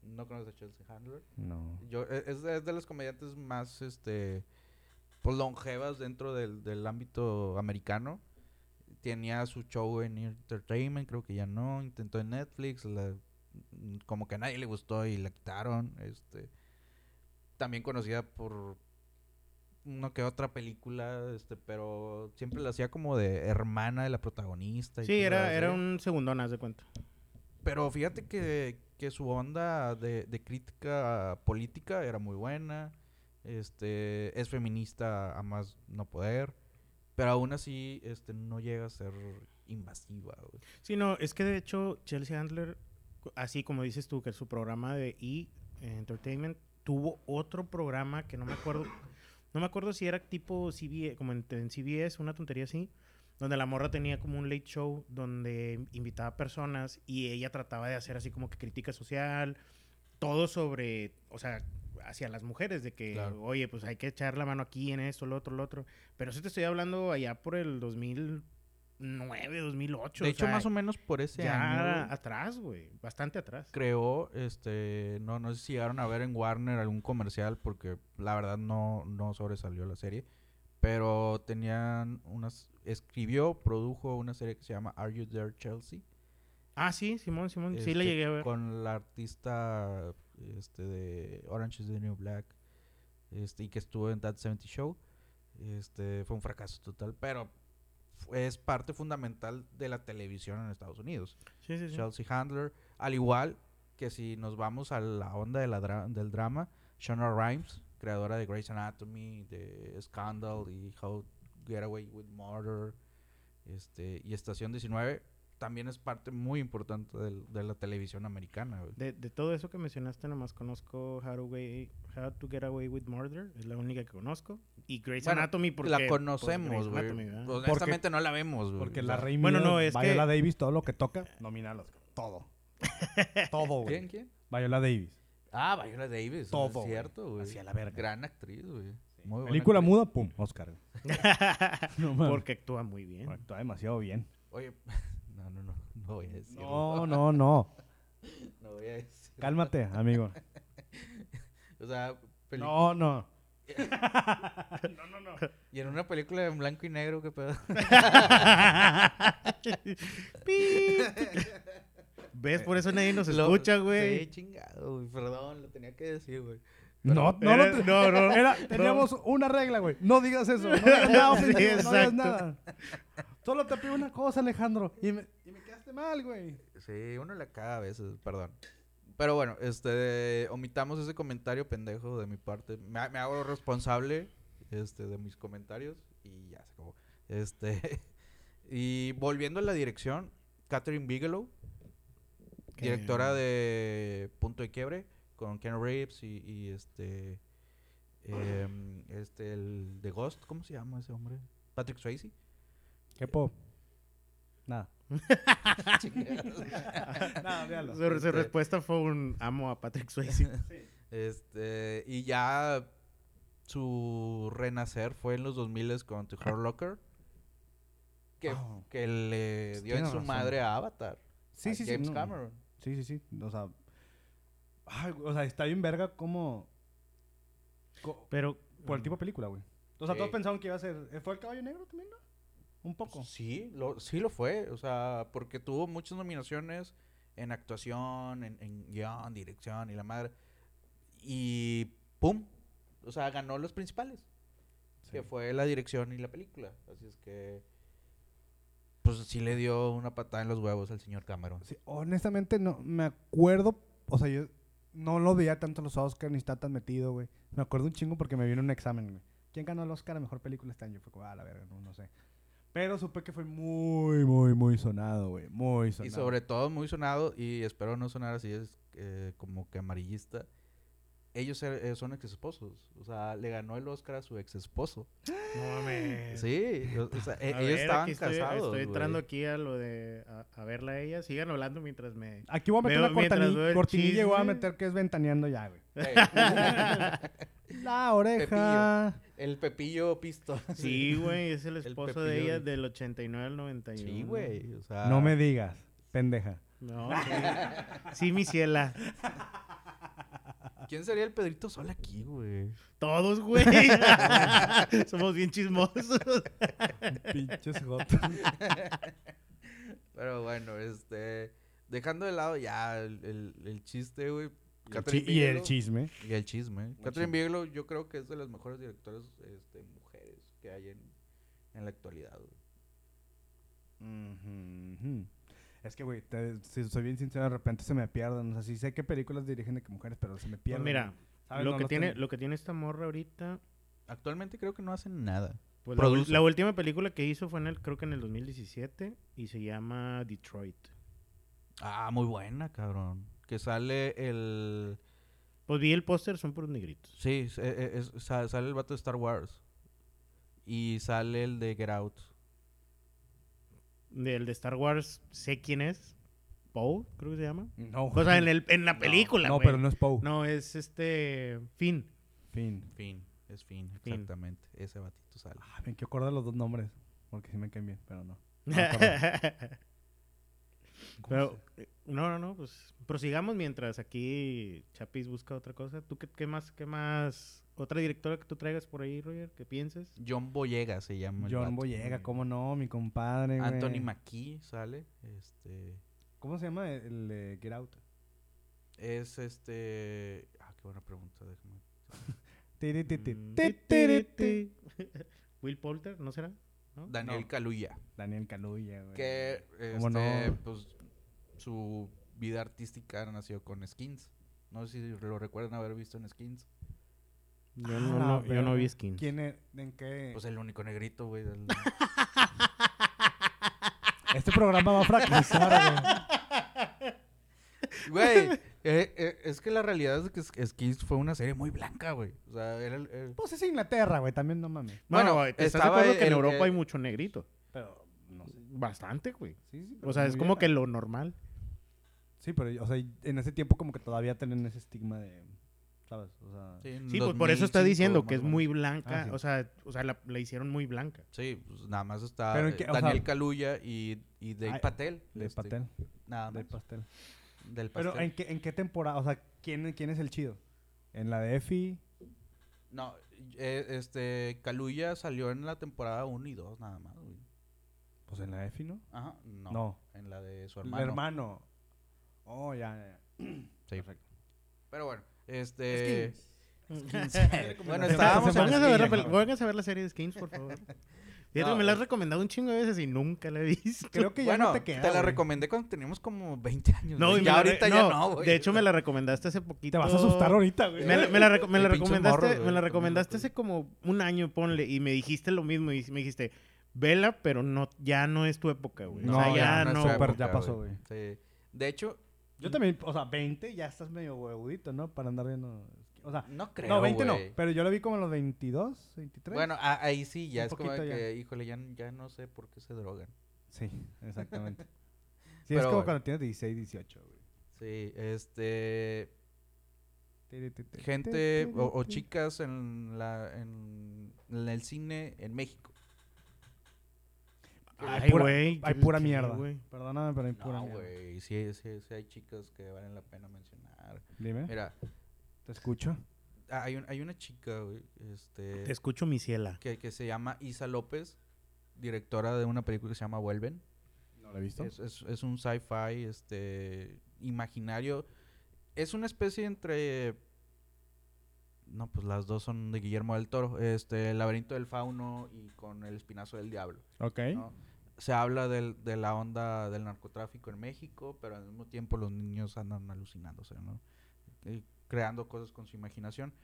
[SPEAKER 3] ¿No conoces a Chelsea Handler?
[SPEAKER 2] no.
[SPEAKER 3] Yo, e- es, de, es de las comediantes más este, pues, longevas dentro del, del ámbito americano. Tenía su show en Entertainment, creo que ya no. Intentó en Netflix, la- mm, como que a nadie le gustó y la quitaron. Este, también conocida por una que otra película, este, pero siempre la hacía como de hermana de la protagonista. y
[SPEAKER 1] Sí,
[SPEAKER 3] cosas
[SPEAKER 1] era,
[SPEAKER 3] así.
[SPEAKER 1] era un segundón, haz de cuenta.
[SPEAKER 3] Pero fíjate que, que su onda de, de crítica política era muy buena. Este, es feminista a más no poder. Pero aún así, este, no llega a ser invasiva. güey.
[SPEAKER 1] Sí, no, es que de hecho Chelsea Handler, cu- así como dices tú, que su programa de E! Entertainment tuvo otro programa que no me acuerdo, no me acuerdo si era tipo CBS, como en, en CBS, una tontería así, donde la morra tenía como un late show donde invitaba personas y ella trataba de hacer así como que crítica social, todo sobre, o sea, hacia las mujeres, de que,
[SPEAKER 3] Claro.
[SPEAKER 1] oye, pues hay que echar la mano aquí en esto, lo otro, lo otro. Pero eso te estoy hablando allá por el 2009, 2008.
[SPEAKER 3] De
[SPEAKER 1] o
[SPEAKER 3] hecho,
[SPEAKER 1] sea,
[SPEAKER 3] más o menos por ese
[SPEAKER 1] ya
[SPEAKER 3] año güey,
[SPEAKER 1] atrás, güey. Bastante atrás.
[SPEAKER 3] creó, este, no, no sé si llegaron a ver en Warner algún comercial, porque la verdad no, no sobresalió la serie. Pero tenían unas, escribió, produjo una serie que se llama Are You There, Chelsea?
[SPEAKER 1] Ah, sí, Simón, Simón. sí, la
[SPEAKER 3] este,
[SPEAKER 1] llegué a ver.
[SPEAKER 3] Con la artista este, de Orange is the New Black este, y que estuvo en That 70 Show. Este, fue un fracaso total, pero fu- es parte fundamental de la televisión en Estados Unidos.
[SPEAKER 1] Sí, sí, sí.
[SPEAKER 3] Chelsea Handler, al igual que si nos vamos a la onda de la dra- del drama, Shonda Rhimes, creadora de Grey's Anatomy, de Scandal y How to Get Away with Murder, este, y Estación 19, también es parte muy importante del- de la televisión americana. güey.
[SPEAKER 1] De, de todo eso que mencionaste, nomás conozco How to, Way- How to Get Away with Murder. Es la única que conozco. Y Grey's
[SPEAKER 3] Bueno,
[SPEAKER 1] Anatomy porque...
[SPEAKER 3] la
[SPEAKER 1] pues,
[SPEAKER 3] conocemos,
[SPEAKER 1] Grey's
[SPEAKER 3] güey.
[SPEAKER 1] Anatomy, ¿verdad?
[SPEAKER 3] Pues, Honestamente no la vemos, güey.
[SPEAKER 2] Porque
[SPEAKER 3] O
[SPEAKER 2] la
[SPEAKER 3] sea,
[SPEAKER 2] reina
[SPEAKER 1] Bueno, no, es
[SPEAKER 2] Viola
[SPEAKER 1] que-
[SPEAKER 2] Davis, todo lo que toca, nomina los Todo. Todo,
[SPEAKER 3] ¿Quién?
[SPEAKER 2] güey.
[SPEAKER 3] ¿Quién?
[SPEAKER 2] Viola Davis.
[SPEAKER 3] Ah, Viola Davis.
[SPEAKER 2] Todo,
[SPEAKER 3] Es
[SPEAKER 2] güey.
[SPEAKER 3] cierto, güey.
[SPEAKER 2] Hacia la verga.
[SPEAKER 3] Gran actriz, güey. Muy buena
[SPEAKER 2] Película
[SPEAKER 3] actriz.
[SPEAKER 2] muda, pum, Oscar. no mames.
[SPEAKER 1] Porque actúa muy bien.
[SPEAKER 2] Actúa demasiado bien.
[SPEAKER 3] Oye, no, no, no. No voy a decirlo.
[SPEAKER 2] No, no, no.
[SPEAKER 3] No voy a decir.
[SPEAKER 2] Cálmate, amigo.
[SPEAKER 3] O sea, peli-
[SPEAKER 2] No, no.
[SPEAKER 3] y en una película en blanco y negro, qué pedo.
[SPEAKER 1] ¿Ves? Por eso nadie nos
[SPEAKER 3] Lo-
[SPEAKER 1] escucha,
[SPEAKER 3] Sí,
[SPEAKER 1] güey.
[SPEAKER 3] chingado, güey. Perdón, lo tenía que decir, güey.
[SPEAKER 2] No, no,
[SPEAKER 1] Era-
[SPEAKER 2] no. te-
[SPEAKER 1] no, no.
[SPEAKER 2] Era, teníamos una regla, güey. No digas eso. No digas nada.
[SPEAKER 1] Sí,
[SPEAKER 2] ofensivo, no digas
[SPEAKER 1] exacto.
[SPEAKER 2] nada. Solo te pido una cosa, Alejandro. Y me, y me quedaste mal, güey.
[SPEAKER 3] Sí, uno la caga a veces, perdón. Pero bueno, este, omitamos ese comentario pendejo de mi parte. Me, ha- me hago responsable, este, de mis comentarios y ya se acabó. Este, y volviendo a la dirección, Catherine Bigelow,
[SPEAKER 1] Que-
[SPEAKER 3] directora de Punto de Quiebre, con Ken Reeves y, y este, em, este, el de Ghost, ¿cómo se llama ese hombre? Patrick Swayze.
[SPEAKER 2] ¿Qué pop? Nada. Nada,
[SPEAKER 1] Su,
[SPEAKER 2] véalo.
[SPEAKER 1] su
[SPEAKER 3] Este-
[SPEAKER 1] respuesta fue un amo a Patrick Swayze.
[SPEAKER 3] Este, y ya su renacer fue en los 2000 con The Hurt Locker. Que,
[SPEAKER 2] Oh.
[SPEAKER 3] que le
[SPEAKER 2] Pues
[SPEAKER 3] dio en
[SPEAKER 2] tiene
[SPEAKER 3] su
[SPEAKER 2] razón.
[SPEAKER 3] madre a Avatar. a
[SPEAKER 2] Sí, sí, sí.
[SPEAKER 3] Ah, James
[SPEAKER 2] no.
[SPEAKER 3] Cameron.
[SPEAKER 2] Sí, sí, sí. O sea. ay, güey, o sea, está bien verga como. co-
[SPEAKER 1] Pero...
[SPEAKER 2] por el tipo de película, güey. O sea,
[SPEAKER 3] Sí.
[SPEAKER 2] todos pensaban que iba a ser. ¿Fue el caballo negro también, no? Un poco.
[SPEAKER 3] Sí, lo, sí lo fue. O sea, porque tuvo muchas nominaciones en actuación, en, en guión, dirección y la madre. Y ¡pum! O sea, ganó los principales. que fue la dirección y la película. Así es que, pues sí le dio una patada en los huevos al señor Cameron.
[SPEAKER 2] Sí, honestamente, no me acuerdo. O sea, yo no lo veía tanto los Oscars ni estaba tan metido, güey. Me acuerdo un chingo porque me vino un examen, güey. ¿Quién ganó el Oscar a mejor película este año? Fue como, ah, la verga, no, no sé. Pero supe que fue muy, muy, muy sonado, güey. Muy sonado.
[SPEAKER 3] Y sobre todo muy sonado, y espero no sonar así, es eh, como que amarillista. Ellos er- eh, son ex esposos. O sea, le ganó el Oscar a su ex esposo.
[SPEAKER 1] No mames.
[SPEAKER 3] Sí, o, o sea, e-
[SPEAKER 1] Eh. A
[SPEAKER 3] ellos
[SPEAKER 1] ver,
[SPEAKER 3] estaban
[SPEAKER 1] aquí estoy,
[SPEAKER 3] casados.
[SPEAKER 1] Estoy
[SPEAKER 3] güey.
[SPEAKER 1] entrando aquí a lo de a, a verla a ella. Sigan hablando mientras me.
[SPEAKER 2] Aquí voy a meter
[SPEAKER 1] Veo-
[SPEAKER 2] una
[SPEAKER 1] mientras
[SPEAKER 2] cortani-
[SPEAKER 1] veo el
[SPEAKER 2] cortinilla y voy a
[SPEAKER 1] chisme.
[SPEAKER 2] meter que es ventaneando ya, güey.
[SPEAKER 3] Eh,
[SPEAKER 2] La oreja.
[SPEAKER 3] el Pepillo Pisto.
[SPEAKER 1] Sí, güey, es el esposo de
[SPEAKER 3] pepillo
[SPEAKER 1] ella
[SPEAKER 3] de-
[SPEAKER 1] del 89 al 91.
[SPEAKER 3] Sí, güey. O sea,
[SPEAKER 2] No me digas, pendeja.
[SPEAKER 1] No, sí. Sí, mi ciela.
[SPEAKER 3] ¿Quién sería el Pedrito Sol aquí, güey?
[SPEAKER 1] Todos, güey. Somos bien chismosos.
[SPEAKER 2] Pinches jotos.
[SPEAKER 3] Pero bueno, este. Dejando de lado ya el, el- el chiste, güey.
[SPEAKER 2] Y el
[SPEAKER 3] Catherine
[SPEAKER 2] chi- y el
[SPEAKER 3] Bigelow-
[SPEAKER 2] chisme.
[SPEAKER 3] Y el chisme.
[SPEAKER 2] chisme.
[SPEAKER 3] Catherine Bigelow, yo creo que es de las mejores directoras este, mujeres que hay en, en la actualidad. güey.
[SPEAKER 2] Ujú. Es que, güey, te- si soy bien sincero, de repente se me pierden. O sea, sí sé qué películas dirigen de que mujeres, pero se me
[SPEAKER 1] Pues
[SPEAKER 2] pierden.
[SPEAKER 1] mira,
[SPEAKER 2] ¿sabes?
[SPEAKER 1] lo,
[SPEAKER 2] No
[SPEAKER 1] que
[SPEAKER 2] los
[SPEAKER 1] tiene,
[SPEAKER 2] tengo.
[SPEAKER 1] lo que tiene esta morra ahorita.
[SPEAKER 3] Actualmente creo que no hacen nada.
[SPEAKER 1] Pues la, ul-
[SPEAKER 3] Produce.
[SPEAKER 1] la última película que hizo fue en el, creo que en el 2017 y se llama Detroit.
[SPEAKER 3] Ah, muy buena, cabrón. Que sale el.
[SPEAKER 1] Pues vi el póster, son puros negritos.
[SPEAKER 3] Sí, es- e, es- es- sa- sale el vato de Star Wars. Y sale el de Get Out.
[SPEAKER 1] Del de Star Wars, sé quién es. Poe, creo que se llama.
[SPEAKER 2] No,
[SPEAKER 1] O sea, en, el- en la
[SPEAKER 3] No,
[SPEAKER 1] película.
[SPEAKER 2] No,
[SPEAKER 1] güey.
[SPEAKER 2] pero no es Poe.
[SPEAKER 1] No, es este. Finn.
[SPEAKER 2] Fin.
[SPEAKER 3] Fin, es fin,
[SPEAKER 1] Finn.
[SPEAKER 3] exactamente. Ese batito sale.
[SPEAKER 2] Ah, me quiero acordar los dos nombres, porque sí me caen bien, pero no. Ah,
[SPEAKER 1] pero, eh, no, no, no, pues prosigamos mientras aquí Chapis busca otra cosa. ¿Tú qué, qué más, qué más? ¿Otra directora que tú traigas por ahí, Roger? ¿Qué pienses?
[SPEAKER 3] John Boyega se llama. el
[SPEAKER 2] John
[SPEAKER 3] vato.
[SPEAKER 2] Boyega, cómo no, mi compadre, güey.
[SPEAKER 3] Anthony McKee sale. Este.
[SPEAKER 2] ¿Cómo se llama el, el de Get Out?
[SPEAKER 3] Es este. Ah, qué buena pregunta, déjame.
[SPEAKER 2] Tiri, ti, ti,
[SPEAKER 1] Mm.
[SPEAKER 2] ti, tiri, ti.
[SPEAKER 1] Will Polter, ¿no será? ¿No?
[SPEAKER 3] Daniel
[SPEAKER 2] No.
[SPEAKER 3] Kaluuya.
[SPEAKER 2] Daniel Caluya, güey.
[SPEAKER 3] Que este,
[SPEAKER 2] ¿Cómo no?
[SPEAKER 3] pues su vida artística nació con Skins. No sé si lo recuerdan haber visto en Skins.
[SPEAKER 1] Yo,
[SPEAKER 2] Ah,
[SPEAKER 1] no, no- yo no vi
[SPEAKER 2] verga.
[SPEAKER 1] skins.
[SPEAKER 2] ¿Quién es? ¿En qué?
[SPEAKER 3] Pues el único negrito, güey. del-
[SPEAKER 2] Este programa va a fracasar, güey.
[SPEAKER 3] Güey, eh, eh, es que la realidad es que Sk- Skins fue una serie muy blanca, güey. O sea, era el- el-
[SPEAKER 2] Pues es Inglaterra, güey, también no mames.
[SPEAKER 1] Bueno,
[SPEAKER 3] Bueno,
[SPEAKER 1] ¿te estás de
[SPEAKER 3] estaba
[SPEAKER 1] acuerdo que en
[SPEAKER 3] el-
[SPEAKER 1] Europa hay
[SPEAKER 3] el-
[SPEAKER 1] mucho negrito?
[SPEAKER 2] Pero, no sé.
[SPEAKER 1] Bastante, güey.
[SPEAKER 2] Sí, sí,
[SPEAKER 1] O sea, es como que lo normal.
[SPEAKER 2] Sí, pero, o sea, en ese tiempo como que todavía tienen ese estigma de... ¿Sabes? O sea...
[SPEAKER 3] en
[SPEAKER 1] Sí, pues por eso está
[SPEAKER 3] 2005
[SPEAKER 1] diciendo que
[SPEAKER 3] más
[SPEAKER 1] es
[SPEAKER 3] o menos.
[SPEAKER 1] muy blanca.
[SPEAKER 2] Ah, sí.
[SPEAKER 1] O sea, o sea la, la hicieron muy blanca.
[SPEAKER 3] Sí, pues nada más está
[SPEAKER 2] Pero en
[SPEAKER 3] eh,
[SPEAKER 2] qué- o sea-
[SPEAKER 3] Daniel Kaluuya y, y Dave
[SPEAKER 2] Ay,
[SPEAKER 3] Patel.
[SPEAKER 2] De
[SPEAKER 3] este,
[SPEAKER 2] pastel.
[SPEAKER 3] Nada más.
[SPEAKER 2] De pastel.
[SPEAKER 3] Del
[SPEAKER 2] Pero,
[SPEAKER 3] pastel.
[SPEAKER 2] ¿en qué, ¿en qué temporada? O sea, ¿quién, ¿quién es el chido? ¿En la de Efi?
[SPEAKER 3] No, eh, este, Kaluuya salió en la temporada 1 y 2 nada más, güey.
[SPEAKER 2] Pues en la de Efi, ¿no?
[SPEAKER 3] Ajá, no.
[SPEAKER 2] No.
[SPEAKER 3] En la de su
[SPEAKER 2] El
[SPEAKER 3] hermano.
[SPEAKER 2] hermano. Oh, ya, ya, ya.
[SPEAKER 3] Sí.
[SPEAKER 2] Perfecto.
[SPEAKER 3] Pero bueno, este... bueno,
[SPEAKER 2] Se-
[SPEAKER 3] estábamos
[SPEAKER 2] se
[SPEAKER 3] en
[SPEAKER 1] Pónganse a, ver la
[SPEAKER 3] Skins,
[SPEAKER 1] pel- pónganse a ver la serie de Skins, por favor. Fíjate,
[SPEAKER 3] No,
[SPEAKER 1] me la
[SPEAKER 3] eh.
[SPEAKER 1] has recomendado un chingo de veces y nunca la he visto.
[SPEAKER 2] Creo que ya
[SPEAKER 3] bueno,
[SPEAKER 2] no te
[SPEAKER 3] te,
[SPEAKER 2] queda,
[SPEAKER 3] la
[SPEAKER 2] güey.
[SPEAKER 3] recomendé cuando teníamos como 20 años.
[SPEAKER 1] No,
[SPEAKER 3] güey.
[SPEAKER 1] y me
[SPEAKER 3] ya
[SPEAKER 1] la re-
[SPEAKER 3] ahorita ya
[SPEAKER 1] no,
[SPEAKER 3] no, güey.
[SPEAKER 1] De hecho, me la recomendaste hace poquito.
[SPEAKER 2] Te vas a asustar ahorita, güey.
[SPEAKER 1] Me la, me la reco- me
[SPEAKER 3] El
[SPEAKER 1] la
[SPEAKER 3] pinche
[SPEAKER 1] recomendaste,
[SPEAKER 3] morro,
[SPEAKER 1] me
[SPEAKER 3] güey,
[SPEAKER 1] la
[SPEAKER 3] también
[SPEAKER 1] recomendaste
[SPEAKER 3] lo-
[SPEAKER 1] hace como un año, ponle, y me dijiste lo mismo. Y me dijiste, vela, pero no, ya no es tu época, güey.
[SPEAKER 2] No,
[SPEAKER 1] o sea, ya,
[SPEAKER 2] ya
[SPEAKER 1] no.
[SPEAKER 2] es tu
[SPEAKER 1] güey.
[SPEAKER 2] época. ya pasó, güey.
[SPEAKER 3] Sí. De hecho,
[SPEAKER 2] Yo también, o sea, 20 ya estás medio huevudito, ¿no? Para andar viendo... O sea,
[SPEAKER 3] no creo,
[SPEAKER 2] no, 20
[SPEAKER 3] güey.
[SPEAKER 2] no, pero yo lo vi como a los 22, 23.
[SPEAKER 3] Bueno, a- ahí sí, ya
[SPEAKER 2] Un
[SPEAKER 3] es como
[SPEAKER 2] poquito
[SPEAKER 3] de
[SPEAKER 2] ya.
[SPEAKER 3] que, híjole, ya, ya no sé por qué se drogan.
[SPEAKER 2] Sí, exactamente. sí, es
[SPEAKER 3] Pero
[SPEAKER 2] como
[SPEAKER 3] bueno.
[SPEAKER 2] cuando tienes 16, 18, güey.
[SPEAKER 3] Sí, este...
[SPEAKER 2] Tiri, ti, ti, ti,
[SPEAKER 3] gente
[SPEAKER 2] ti,
[SPEAKER 3] o, o
[SPEAKER 2] ti.
[SPEAKER 3] chicas en, la, en, en el cine en México.
[SPEAKER 1] Ay,
[SPEAKER 2] Hay pura-
[SPEAKER 1] güey,
[SPEAKER 2] Hay
[SPEAKER 1] qué-
[SPEAKER 2] pura
[SPEAKER 1] qué-
[SPEAKER 2] mierda.
[SPEAKER 1] güey.
[SPEAKER 2] Perdóname, pero hay pura
[SPEAKER 3] No,
[SPEAKER 2] mierda.
[SPEAKER 3] güey, sí, sí, sí hay chicas que valen la pena mencionar.
[SPEAKER 2] Dime,
[SPEAKER 3] Mira,
[SPEAKER 2] te escucho.
[SPEAKER 3] ah, hay, un- hay una chica, güey, este,
[SPEAKER 1] Te escucho mi ciela.
[SPEAKER 3] que, que se llama Isa López, directora de una película que se llama Vuelven.
[SPEAKER 2] No lo he visto.
[SPEAKER 3] Es, es- es un sci-fi este, imaginario. Es una especie entre No, pues las dos son de Guillermo del Toro. Este, El laberinto del fauno y con El espinazo del diablo.
[SPEAKER 2] Ok.
[SPEAKER 3] ¿no? Se habla del- de la onda del narcotráfico en México, pero al mismo tiempo los niños andan alucinándose, ¿no? Eh, creando cosas con su imaginación.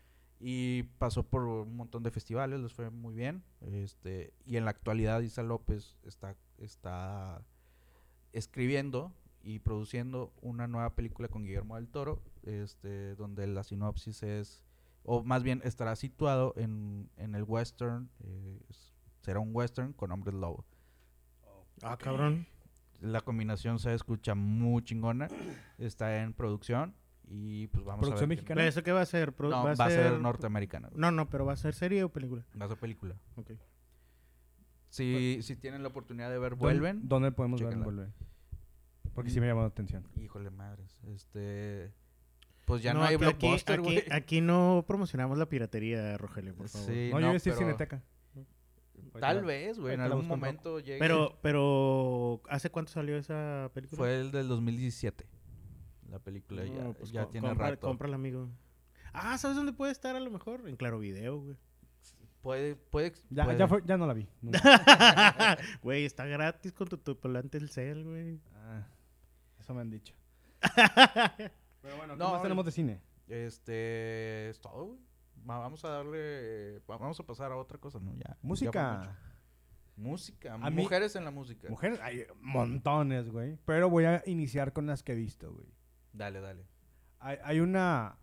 [SPEAKER 3] Y pasó por un montón de festivales, les fue muy bien. Este, y en la actualidad Isa López está, está escribiendo y produciendo una nueva película con Guillermo del Toro, este, donde la sinopsis es, o más bien estará situado en, en el western, eh, es- será un western con hombres lobo
[SPEAKER 1] Ah, cabrón.
[SPEAKER 3] la combinación se escucha muy chingona. Está en producción y pues vamos
[SPEAKER 2] ¿Producción
[SPEAKER 3] a ver. qué-
[SPEAKER 2] mexicana?
[SPEAKER 1] Pero ¿Eso qué va a ser? Pro-
[SPEAKER 3] No, va a ser, norteamericana.
[SPEAKER 1] No, no, pero va a ser serie o película.
[SPEAKER 3] Va a ser película.
[SPEAKER 1] Ok.
[SPEAKER 3] Si, si tienen la oportunidad de ver,
[SPEAKER 2] ¿Dó-
[SPEAKER 3] vuelven.
[SPEAKER 2] ¿Dónde podemos ver
[SPEAKER 3] Chécala.
[SPEAKER 2] Vuelven? Porque sí me llamó la atención.
[SPEAKER 3] Híjole madres. Este. Pues ya no, hay
[SPEAKER 1] aquí-
[SPEAKER 3] blockbuster,
[SPEAKER 1] aquí,
[SPEAKER 3] güey.
[SPEAKER 1] aquí, aquí no promocionamos la piratería, Rogelio, por favor.
[SPEAKER 3] Sí,
[SPEAKER 2] no, yo iba a decir
[SPEAKER 3] pero
[SPEAKER 2] Cineteca.
[SPEAKER 3] Tal vez, güey. En
[SPEAKER 2] ahorita la
[SPEAKER 3] algún
[SPEAKER 2] busco en Roku.
[SPEAKER 3] momento llegue.
[SPEAKER 1] Pero, pero, ¿hace cuánto salió esa película?
[SPEAKER 3] Fue el del 2017. La película
[SPEAKER 1] No,
[SPEAKER 3] ya,
[SPEAKER 1] pues
[SPEAKER 3] ya
[SPEAKER 1] co-
[SPEAKER 3] tiene
[SPEAKER 1] compra-
[SPEAKER 3] rato.
[SPEAKER 1] Cómprala, amigo. Ah, ¿sabes dónde puede estar a lo mejor? En Claro Video, güey.
[SPEAKER 3] Puede, puede,
[SPEAKER 2] Ya,
[SPEAKER 3] puede-
[SPEAKER 2] ya, fue- ya no la vi. nunca.
[SPEAKER 1] Güey, está gratis con tu topolante el cel, güey.
[SPEAKER 2] Ah, eso me han dicho. Pero bueno, ¿qué
[SPEAKER 3] No,
[SPEAKER 2] más tenemos de cine?
[SPEAKER 3] Este es todo, güey. Va- Vamos a darle. va- Vamos a pasar a otra cosa, ¿no? Ya. ya fue mucho.
[SPEAKER 2] Música.
[SPEAKER 3] Música.
[SPEAKER 2] A mí-
[SPEAKER 3] mujeres en la música.
[SPEAKER 2] Mujeres, hay montones, güey. Pero voy a iniciar con las que he visto, güey.
[SPEAKER 3] Dale, dale.
[SPEAKER 2] Hay, hay una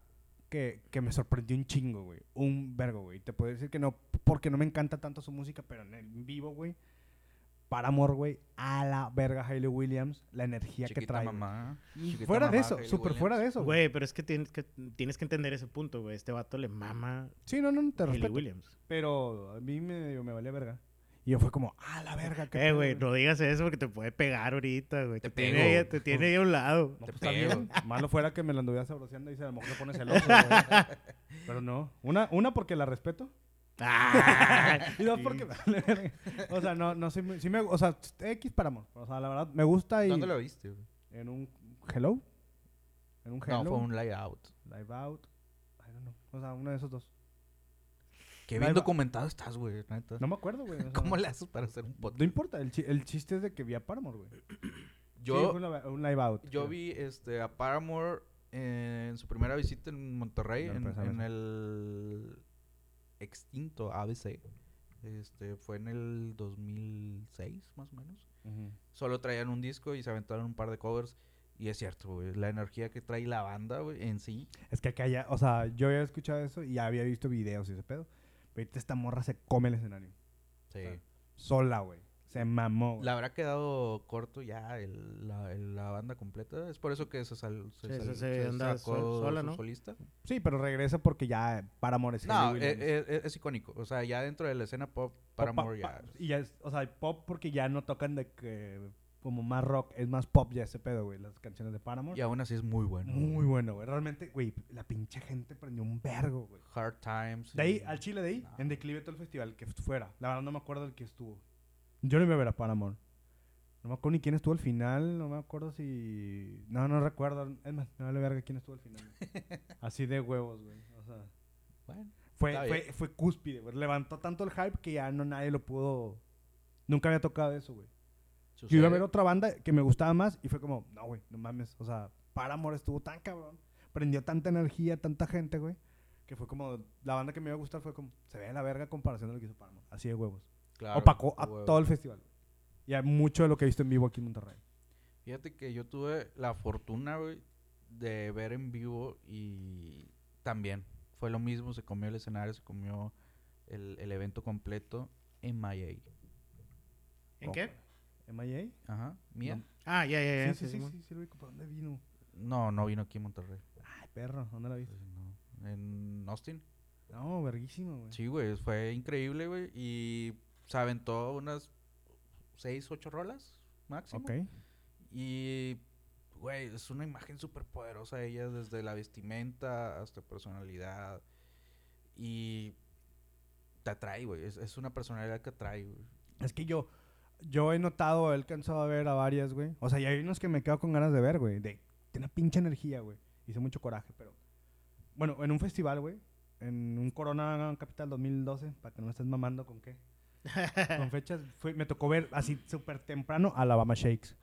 [SPEAKER 2] que, que me sorprendió un chingo, güey. Un vergo, güey. Te puedo decir que no, porque no me encanta tanto su música, pero en el vivo, güey. Paramore, güey. A la verga, Hayley Williams. La energía que
[SPEAKER 3] Chiquita
[SPEAKER 2] trae. güey.
[SPEAKER 3] mamá. chiquita
[SPEAKER 2] Fuera de
[SPEAKER 3] mamá,
[SPEAKER 2] eso,
[SPEAKER 3] Hayley
[SPEAKER 2] súper fuera de
[SPEAKER 3] Williams.
[SPEAKER 2] eso, güey.
[SPEAKER 1] Güey, pero es que tienes que, tienes que entender ese punto, güey. Este vato le mama
[SPEAKER 2] Sí, no, no, no, te
[SPEAKER 1] a Hayley
[SPEAKER 2] respeto.
[SPEAKER 1] Williams.
[SPEAKER 2] Pero a mí me, me valía verga. Y yo fue como, a la verga, qué
[SPEAKER 1] Eh, güey,
[SPEAKER 2] pedo,
[SPEAKER 1] no digas eso porque te puede pegar ahorita, güey.
[SPEAKER 3] Te
[SPEAKER 1] Te, tiene
[SPEAKER 3] pego.
[SPEAKER 1] ahí- te tiene ahí a un lado.
[SPEAKER 2] No,
[SPEAKER 3] Te
[SPEAKER 2] pues también, malo fuera que me la anduviera sabroseando y se a lo mejor se pone celoso, güey. Pero no. Una, una porque la respeto.
[SPEAKER 1] Ah,
[SPEAKER 2] Y dos
[SPEAKER 1] sí.
[SPEAKER 2] porque... o sea, no, no, sí, me- sí me... O sea, X para amor. O sea, la verdad, me gusta y...
[SPEAKER 3] ¿Dónde lo viste? güey?
[SPEAKER 2] En un... ¿Hello? En un Hello.
[SPEAKER 3] No, fue un layout.
[SPEAKER 2] Live Out. I don't know. O sea, uno de esos dos.
[SPEAKER 3] Qué
[SPEAKER 2] Ahí
[SPEAKER 3] bien
[SPEAKER 2] va.
[SPEAKER 3] documentado estás, güey. neta.
[SPEAKER 2] No me acuerdo, güey. o sea,
[SPEAKER 3] ¿Cómo le haces para hacer un podcast?
[SPEAKER 2] No importa. El, chi- el chiste es de que vi a Paramore, güey. Sí,
[SPEAKER 3] Yo,
[SPEAKER 2] fue un live- un Live Out.
[SPEAKER 3] yo
[SPEAKER 2] creo.
[SPEAKER 3] vi este, a Paramore en su primera visita en Monterrey,
[SPEAKER 2] No,
[SPEAKER 3] en,
[SPEAKER 2] pues, a ver.
[SPEAKER 3] en el extinto ABC. Este, fue en el 2006, más o menos.
[SPEAKER 2] Ujú.
[SPEAKER 3] solo traían un disco y se aventaron un par de covers. Y es cierto, güey, la energía que trae la banda, güey, en sí.
[SPEAKER 2] Es que acá ya, o sea, yo había escuchado eso y ya había visto videos y ese pedo. Pero ahorita esta morra se come el escenario.
[SPEAKER 3] sí.
[SPEAKER 2] Sola, güey. Se mamó. güey.
[SPEAKER 3] Le habrá quedado corto ya el- la, el- la banda completa. Es por eso que se, sal- se,
[SPEAKER 1] Sí, se-
[SPEAKER 3] sal-
[SPEAKER 1] se
[SPEAKER 3] se
[SPEAKER 1] anda
[SPEAKER 3] sacó
[SPEAKER 1] sol- sola,
[SPEAKER 3] su
[SPEAKER 1] ¿no?
[SPEAKER 3] solista.
[SPEAKER 2] Sí, pero regresa porque ya Paramore es
[SPEAKER 3] No,
[SPEAKER 2] Hayley
[SPEAKER 3] eh,
[SPEAKER 2] Williams.
[SPEAKER 3] eh, es, icónico. O sea, ya dentro de la escena pop,
[SPEAKER 2] O pa-
[SPEAKER 3] Paramore
[SPEAKER 2] pa-
[SPEAKER 3] ya.
[SPEAKER 2] Y ya es, o sea, el pop porque ya no tocan de que como más rock, es más pop ya ese pedo, güey, las canciones de Paramore.
[SPEAKER 3] Y aún así es muy bueno.
[SPEAKER 2] Muy
[SPEAKER 3] güey.
[SPEAKER 2] bueno, güey. Realmente, güey, la pinche gente prendió un vergo, güey.
[SPEAKER 3] Hard Times.
[SPEAKER 2] De ahí,
[SPEAKER 3] y-
[SPEAKER 2] al Chile de ahí,
[SPEAKER 3] No.
[SPEAKER 2] en declive todo el festival que fuera. La verdad no me acuerdo el que estuvo. Yo no iba a ver a Paramore. No me acuerdo ni quién estuvo al final, no me acuerdo si... No, no recuerdo. Es más, no vale verga quién estuvo al final. güey. Así de huevos, güey. O sea,
[SPEAKER 3] Bueno,
[SPEAKER 2] fue,
[SPEAKER 3] Está
[SPEAKER 2] fue,
[SPEAKER 3] bien.
[SPEAKER 2] fue cúspide, güey. Levantó tanto el hype que ya no nadie lo pudo... Nunca había tocado eso, güey. Yo iba a ver
[SPEAKER 3] sucede.
[SPEAKER 2] otra banda que me gustaba más y fue como, no, güey, no mames. O sea, Paramore estuvo tan cabrón. Prendió tanta energía, tanta gente, güey. Que fue como, la banda que me iba a gustar fue como, se ve la verga a comparación de lo que hizo Paramore. Así de huevos.
[SPEAKER 3] Claro,
[SPEAKER 2] Opacó a
[SPEAKER 3] huevo.
[SPEAKER 2] todo el festival. Y a mucho de lo que he visto en vivo aquí en Monterrey.
[SPEAKER 3] Fíjate que yo tuve la fortuna, güey, de ver en vivo y también fue lo mismo, se comió el escenario, se comió el, el evento completo en Maya.
[SPEAKER 1] ¿En qué?
[SPEAKER 2] ¿MIA?
[SPEAKER 3] Ajá, mía.
[SPEAKER 1] Ah, ya, ya, ya.
[SPEAKER 2] Sí, sí, sí,
[SPEAKER 1] Simón.
[SPEAKER 2] sí, sí, lo ubico. ¿Pero dónde vino?
[SPEAKER 3] No, no vino aquí en Monterrey.
[SPEAKER 2] Ay, perro, ¿dónde la viste?
[SPEAKER 3] Entonces, no. En Austin.
[SPEAKER 2] No, verguísimo, güey.
[SPEAKER 3] Sí, güey, fue increíble, güey. Y se aventó unas seis, ocho rolas máximo.
[SPEAKER 2] Ok.
[SPEAKER 3] Y, güey, es una imagen súper poderosa de ella, desde la vestimenta hasta personalidad. Y te atrae, güey. Es, es una personalidad que atrae, güey.
[SPEAKER 2] Es que yo, yo he notado, he alcanzado a ver a varias, güey. O sea, y hay unos que me quedo con ganas de ver, güey. De, tiene una pinche energía, güey. Hice mucho coraje, pero. Bueno, en un festival, güey. en un Corona Capital 2012, para que no me estés mamando con qué. con fechas, fui- me tocó ver así súper temprano Alabama Shakes.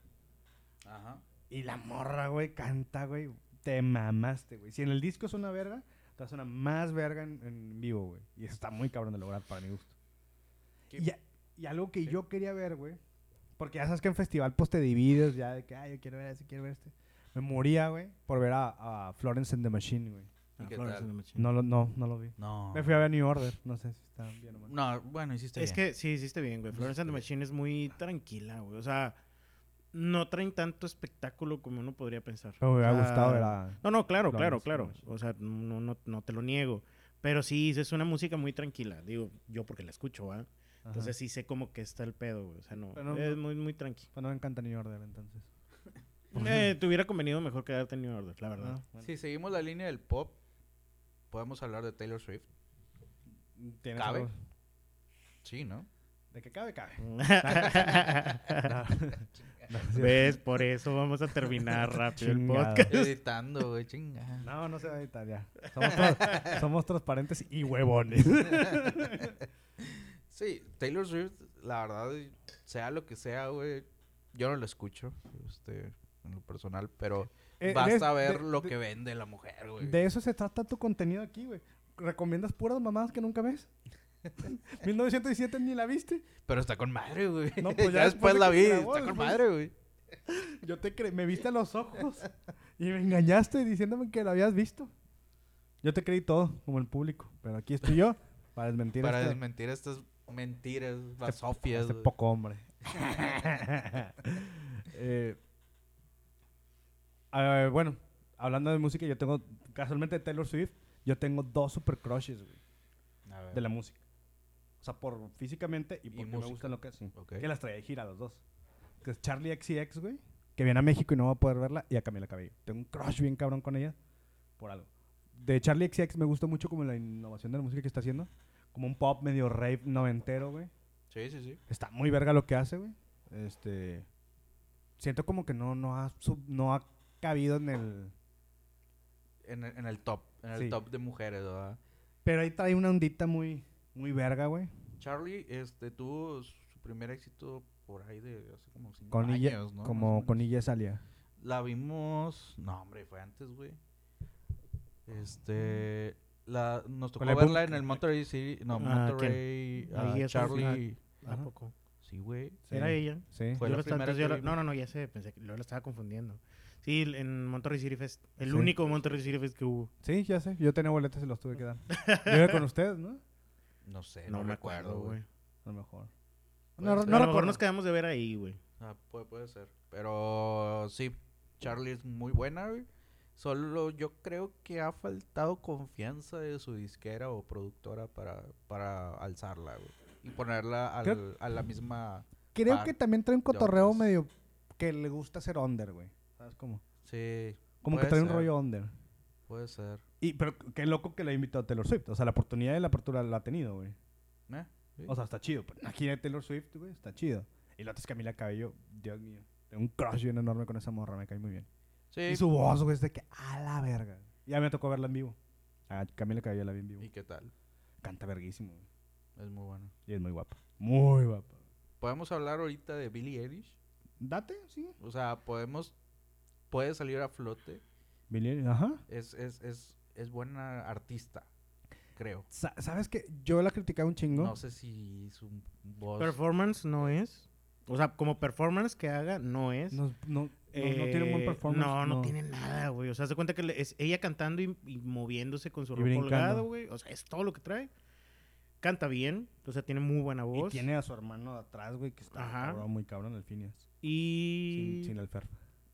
[SPEAKER 3] Ajá.
[SPEAKER 2] Y la morra, güey, canta, güey. Te mamaste, güey. Si en el disco es una verga, te hace una más verga en, en vivo, güey. Y eso está muy cabrón de lograr para mi gusto.
[SPEAKER 3] ¿Qué-
[SPEAKER 2] Y, a- y algo que
[SPEAKER 3] Sí.
[SPEAKER 2] yo quería ver, güey. Porque ya sabes que en festival pues te divides ya de que, ay, yo quiero ver ese, quiero ver este. Me moría, güey, por ver a, a Florence and the Machine, güey.
[SPEAKER 3] ¿Y
[SPEAKER 1] Ah,
[SPEAKER 3] qué
[SPEAKER 1] Florence
[SPEAKER 3] tal?
[SPEAKER 1] and the Machine.
[SPEAKER 2] No, lo- no, no lo vi.
[SPEAKER 3] No.
[SPEAKER 2] Me fui a ver New Order. No sé si está bien o mal.
[SPEAKER 3] No, bueno, hiciste
[SPEAKER 1] Es
[SPEAKER 3] bien.
[SPEAKER 1] que sí, hiciste bien, güey. Florence and the Machine es muy tranquila, güey. O sea, no traen tanto espectáculo como uno podría pensar.
[SPEAKER 2] Pero me hubiera
[SPEAKER 1] O sea,
[SPEAKER 2] gustado ver a...
[SPEAKER 1] No, no, claro,
[SPEAKER 2] Florence
[SPEAKER 1] claro,
[SPEAKER 2] and the
[SPEAKER 1] claro.
[SPEAKER 2] Machine.
[SPEAKER 1] O sea, no, no, no te lo niego. Pero sí, es una música muy tranquila. Digo, yo porque la escucho, ¿va? Entonces sí sé como que está el pedo, güey. O sea, no.
[SPEAKER 2] Pero no-
[SPEAKER 1] es muy, muy tranqui.
[SPEAKER 2] Pues no me encanta New Order, entonces.
[SPEAKER 1] Eh, te hubiera convenido mejor quedarte en New Order, la verdad.
[SPEAKER 2] Ah, bueno.
[SPEAKER 3] Si seguimos la línea del pop, podemos hablar de Taylor Swift.
[SPEAKER 2] ¿Tienes
[SPEAKER 3] ¿Cabe?
[SPEAKER 2] algo?
[SPEAKER 3] Sí, ¿no?
[SPEAKER 2] De que cabe, cabe.
[SPEAKER 1] Ah.
[SPEAKER 2] Ah.
[SPEAKER 1] ¿Ves? Por eso vamos a terminar rápido el
[SPEAKER 2] Chingado.
[SPEAKER 1] podcast.
[SPEAKER 3] Editando, güey, chinga.
[SPEAKER 2] No, no se va a editar ya. Somos, tra- somos transparentes y huevones.
[SPEAKER 3] Sí, Taylor Swift, la verdad, sea lo que sea, güey, yo no la escucho, este, en lo personal, pero
[SPEAKER 2] Eh,
[SPEAKER 3] basta
[SPEAKER 2] de-
[SPEAKER 3] ver
[SPEAKER 2] de-
[SPEAKER 3] lo
[SPEAKER 2] de-
[SPEAKER 3] que vende la mujer, güey.
[SPEAKER 2] De eso se trata tu contenido aquí, güey. ¿Recomiendas puras mamadas que nunca ves? 1917 ni la viste.
[SPEAKER 3] Pero está con madre, güey.
[SPEAKER 2] No,
[SPEAKER 3] No,
[SPEAKER 2] pues, ya
[SPEAKER 3] pues ya,
[SPEAKER 2] después
[SPEAKER 3] después
[SPEAKER 2] de
[SPEAKER 3] la
[SPEAKER 2] que
[SPEAKER 3] vi,
[SPEAKER 2] grabó,
[SPEAKER 3] está con
[SPEAKER 2] después-
[SPEAKER 3] madre, güey.
[SPEAKER 2] Yo te cre- me viste a los ojos y me engañaste diciéndome que la habías visto. Yo te creí todo, como el público. Pero aquí estoy yo para desmentir
[SPEAKER 3] Para
[SPEAKER 2] este-
[SPEAKER 3] desmentir estas mentiras,
[SPEAKER 2] este,
[SPEAKER 3] basofias, güey.
[SPEAKER 2] poco hombre. Eh, ah, bueno, hablando de música, yo tengo, casualmente de Taylor Swift, yo tengo dos super crushes, güey.
[SPEAKER 3] A ver,
[SPEAKER 2] de la música. O sea, por físicamente y
[SPEAKER 3] Y
[SPEAKER 2] porque me
[SPEAKER 3] música.
[SPEAKER 2] gustan lo que hacen.
[SPEAKER 3] ok.
[SPEAKER 2] Que las traía de gira los dos. Que es Charlie XCX, güey, que viene a México y no va a poder verla, y a Camila Cabello. Tengo un crush bien cabrón con ella por algo. De Charlie XCX me gusta mucho como la innovación de la música que está haciendo. Como un pop medio rave noventero, güey.
[SPEAKER 3] Sí, sí, sí.
[SPEAKER 2] Está muy verga lo que hace, güey. Este... Siento como que no, no, ha, sub- no ha cabido en el...
[SPEAKER 3] En, el- en el top, en el
[SPEAKER 2] Sí.
[SPEAKER 3] top de mujeres, ¿verdad?
[SPEAKER 2] Pero ahí trae una ondita muy, muy verga, güey.
[SPEAKER 3] Charlie, este, tuvo su primer éxito por ahí de hace como cinco
[SPEAKER 2] Con ella-
[SPEAKER 3] años, ¿no? Más o
[SPEAKER 2] como
[SPEAKER 3] menos.
[SPEAKER 2] con ella salía.
[SPEAKER 3] La vimos. No, hombre, fue antes, güey. Este. La, nos tocó
[SPEAKER 2] Mm. Con la
[SPEAKER 3] verla
[SPEAKER 2] Boom-
[SPEAKER 3] en el Monterrey City. No,
[SPEAKER 1] Ah,
[SPEAKER 3] Monterrey.
[SPEAKER 1] ¿quién?
[SPEAKER 3] ah,
[SPEAKER 1] Ahí es como
[SPEAKER 3] Charlie.
[SPEAKER 1] ¿A
[SPEAKER 2] Ajá.
[SPEAKER 1] poco?
[SPEAKER 3] Sí, güey.
[SPEAKER 2] Sí.
[SPEAKER 1] Era ella.
[SPEAKER 2] Sí.
[SPEAKER 3] Fue
[SPEAKER 1] Yo
[SPEAKER 3] la
[SPEAKER 1] lo estaba-
[SPEAKER 3] primera
[SPEAKER 1] entonces yo
[SPEAKER 3] que
[SPEAKER 1] lo-
[SPEAKER 3] vimos.
[SPEAKER 1] no, no, no, ya sé, pensé que lo, lo estaba confundiendo. Sí, el- en Monterrey City Fest. El
[SPEAKER 2] Sí.
[SPEAKER 1] único Monterrey City Fest que hubo.
[SPEAKER 2] Sí, ya sé. Yo tenía boletos y los tuve que dar. Yo iba con ustedes, ¿no?
[SPEAKER 3] No sé,
[SPEAKER 1] no
[SPEAKER 3] Eh, no,
[SPEAKER 1] me
[SPEAKER 3] recuerdo, güey.
[SPEAKER 2] A lo mejor.
[SPEAKER 3] Puede
[SPEAKER 2] No,
[SPEAKER 1] No, a lo
[SPEAKER 2] no
[SPEAKER 3] ser.
[SPEAKER 2] recuerdo.
[SPEAKER 1] mejor nos quedamos de ver ahí, güey.
[SPEAKER 3] Ah, puede, puede ser. Pero sí, Charlie es muy buena, güey. Solo yo creo que ha faltado confianza de su disquera o productora para, para alzarla, güey. Y ponerla al-
[SPEAKER 2] Creo-
[SPEAKER 3] a la misma.
[SPEAKER 2] Creo
[SPEAKER 3] par
[SPEAKER 2] que también trae un cotorreo
[SPEAKER 3] otras. medio
[SPEAKER 2] medio que le gusta ser under, güey. ¿Sabes cómo?
[SPEAKER 3] Sí,
[SPEAKER 2] Como que
[SPEAKER 3] Puede
[SPEAKER 2] trae un
[SPEAKER 3] ser.
[SPEAKER 2] rollo under.
[SPEAKER 3] puede ser.
[SPEAKER 2] Y, pero qué loco que le invitó a Taylor Swift. O sea, la oportunidad de la apertura la ha tenido, güey.
[SPEAKER 3] ¿Eh? Sí.
[SPEAKER 2] O sea, está chido. Pero aquí de Taylor Swift, güey, está chido. Y la otra es Camila Cabello. Dios mío. Tengo un crush bien enorme con esa morra. Me cae muy bien.
[SPEAKER 3] Sí.
[SPEAKER 2] Y su voz, güey, es de que a la verga. Ya me tocó verla en vivo. A Camila Cabello la vi en vivo.
[SPEAKER 3] ¿Y qué tal?
[SPEAKER 2] Canta verguísimo, güey.
[SPEAKER 3] Es muy bueno.
[SPEAKER 2] Y es muy guapa. Muy guapa.
[SPEAKER 3] Podemos hablar ahorita de Billie Eilish.
[SPEAKER 2] Date, sí.
[SPEAKER 3] O sea, podemos. Puede salir a flote.
[SPEAKER 2] Billie Eilish, ajá.
[SPEAKER 3] Es, es, es, es buena artista, creo.
[SPEAKER 2] Sa- ¿Sabes qué? Yo la criticaba un chingo.
[SPEAKER 3] ¿No? sé si su voz.
[SPEAKER 1] Performance no es. O sea, como performance que haga, no es.
[SPEAKER 2] No, no- no- no tiene un buen
[SPEAKER 1] Eh,
[SPEAKER 2] performance.
[SPEAKER 1] No, no, tiene nada, güey. O sea, se cuenta que le- es ella cantando y, y moviéndose con su
[SPEAKER 2] Y
[SPEAKER 1] ropa holgada,
[SPEAKER 2] brincando.
[SPEAKER 1] güey. O sea, es todo lo que trae. Canta bien, o sea, tiene muy buena
[SPEAKER 2] Y
[SPEAKER 1] voz.
[SPEAKER 2] tiene a su hermano de atrás, güey, que está
[SPEAKER 1] Ajá.
[SPEAKER 2] cabrón, muy cabrón, el Phineas.
[SPEAKER 1] Y-
[SPEAKER 2] Sin, sin el Fer.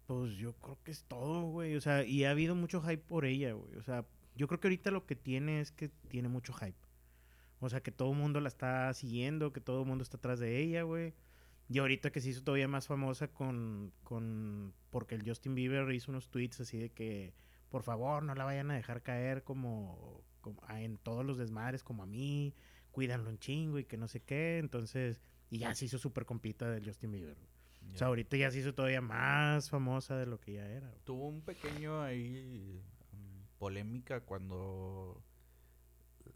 [SPEAKER 1] Pues yo creo que es todo, güey. O sea, y ha habido mucho hype por ella, güey. O sea, yo creo que ahorita lo que tiene es que tiene mucho hype. O sea, que todo el mundo la está siguiendo, que todo el mundo está atrás de ella, güey. Y ahorita que se hizo todavía más famosa con, con... Porque el Justin Bieber hizo unos tweets así de que, por favor, no la vayan a dejar caer como, como a- en todos los desmadres como a mí. Cuídanlo un chingo y que no sé qué. Entonces, y ya se hizo súper compita del Justin Bieber. güey.
[SPEAKER 3] Ya.
[SPEAKER 1] O sea, ahorita ya se hizo todavía más famosa de lo que ya era. güey.
[SPEAKER 3] Tuvo un pequeño ahí. mm, polémica cuando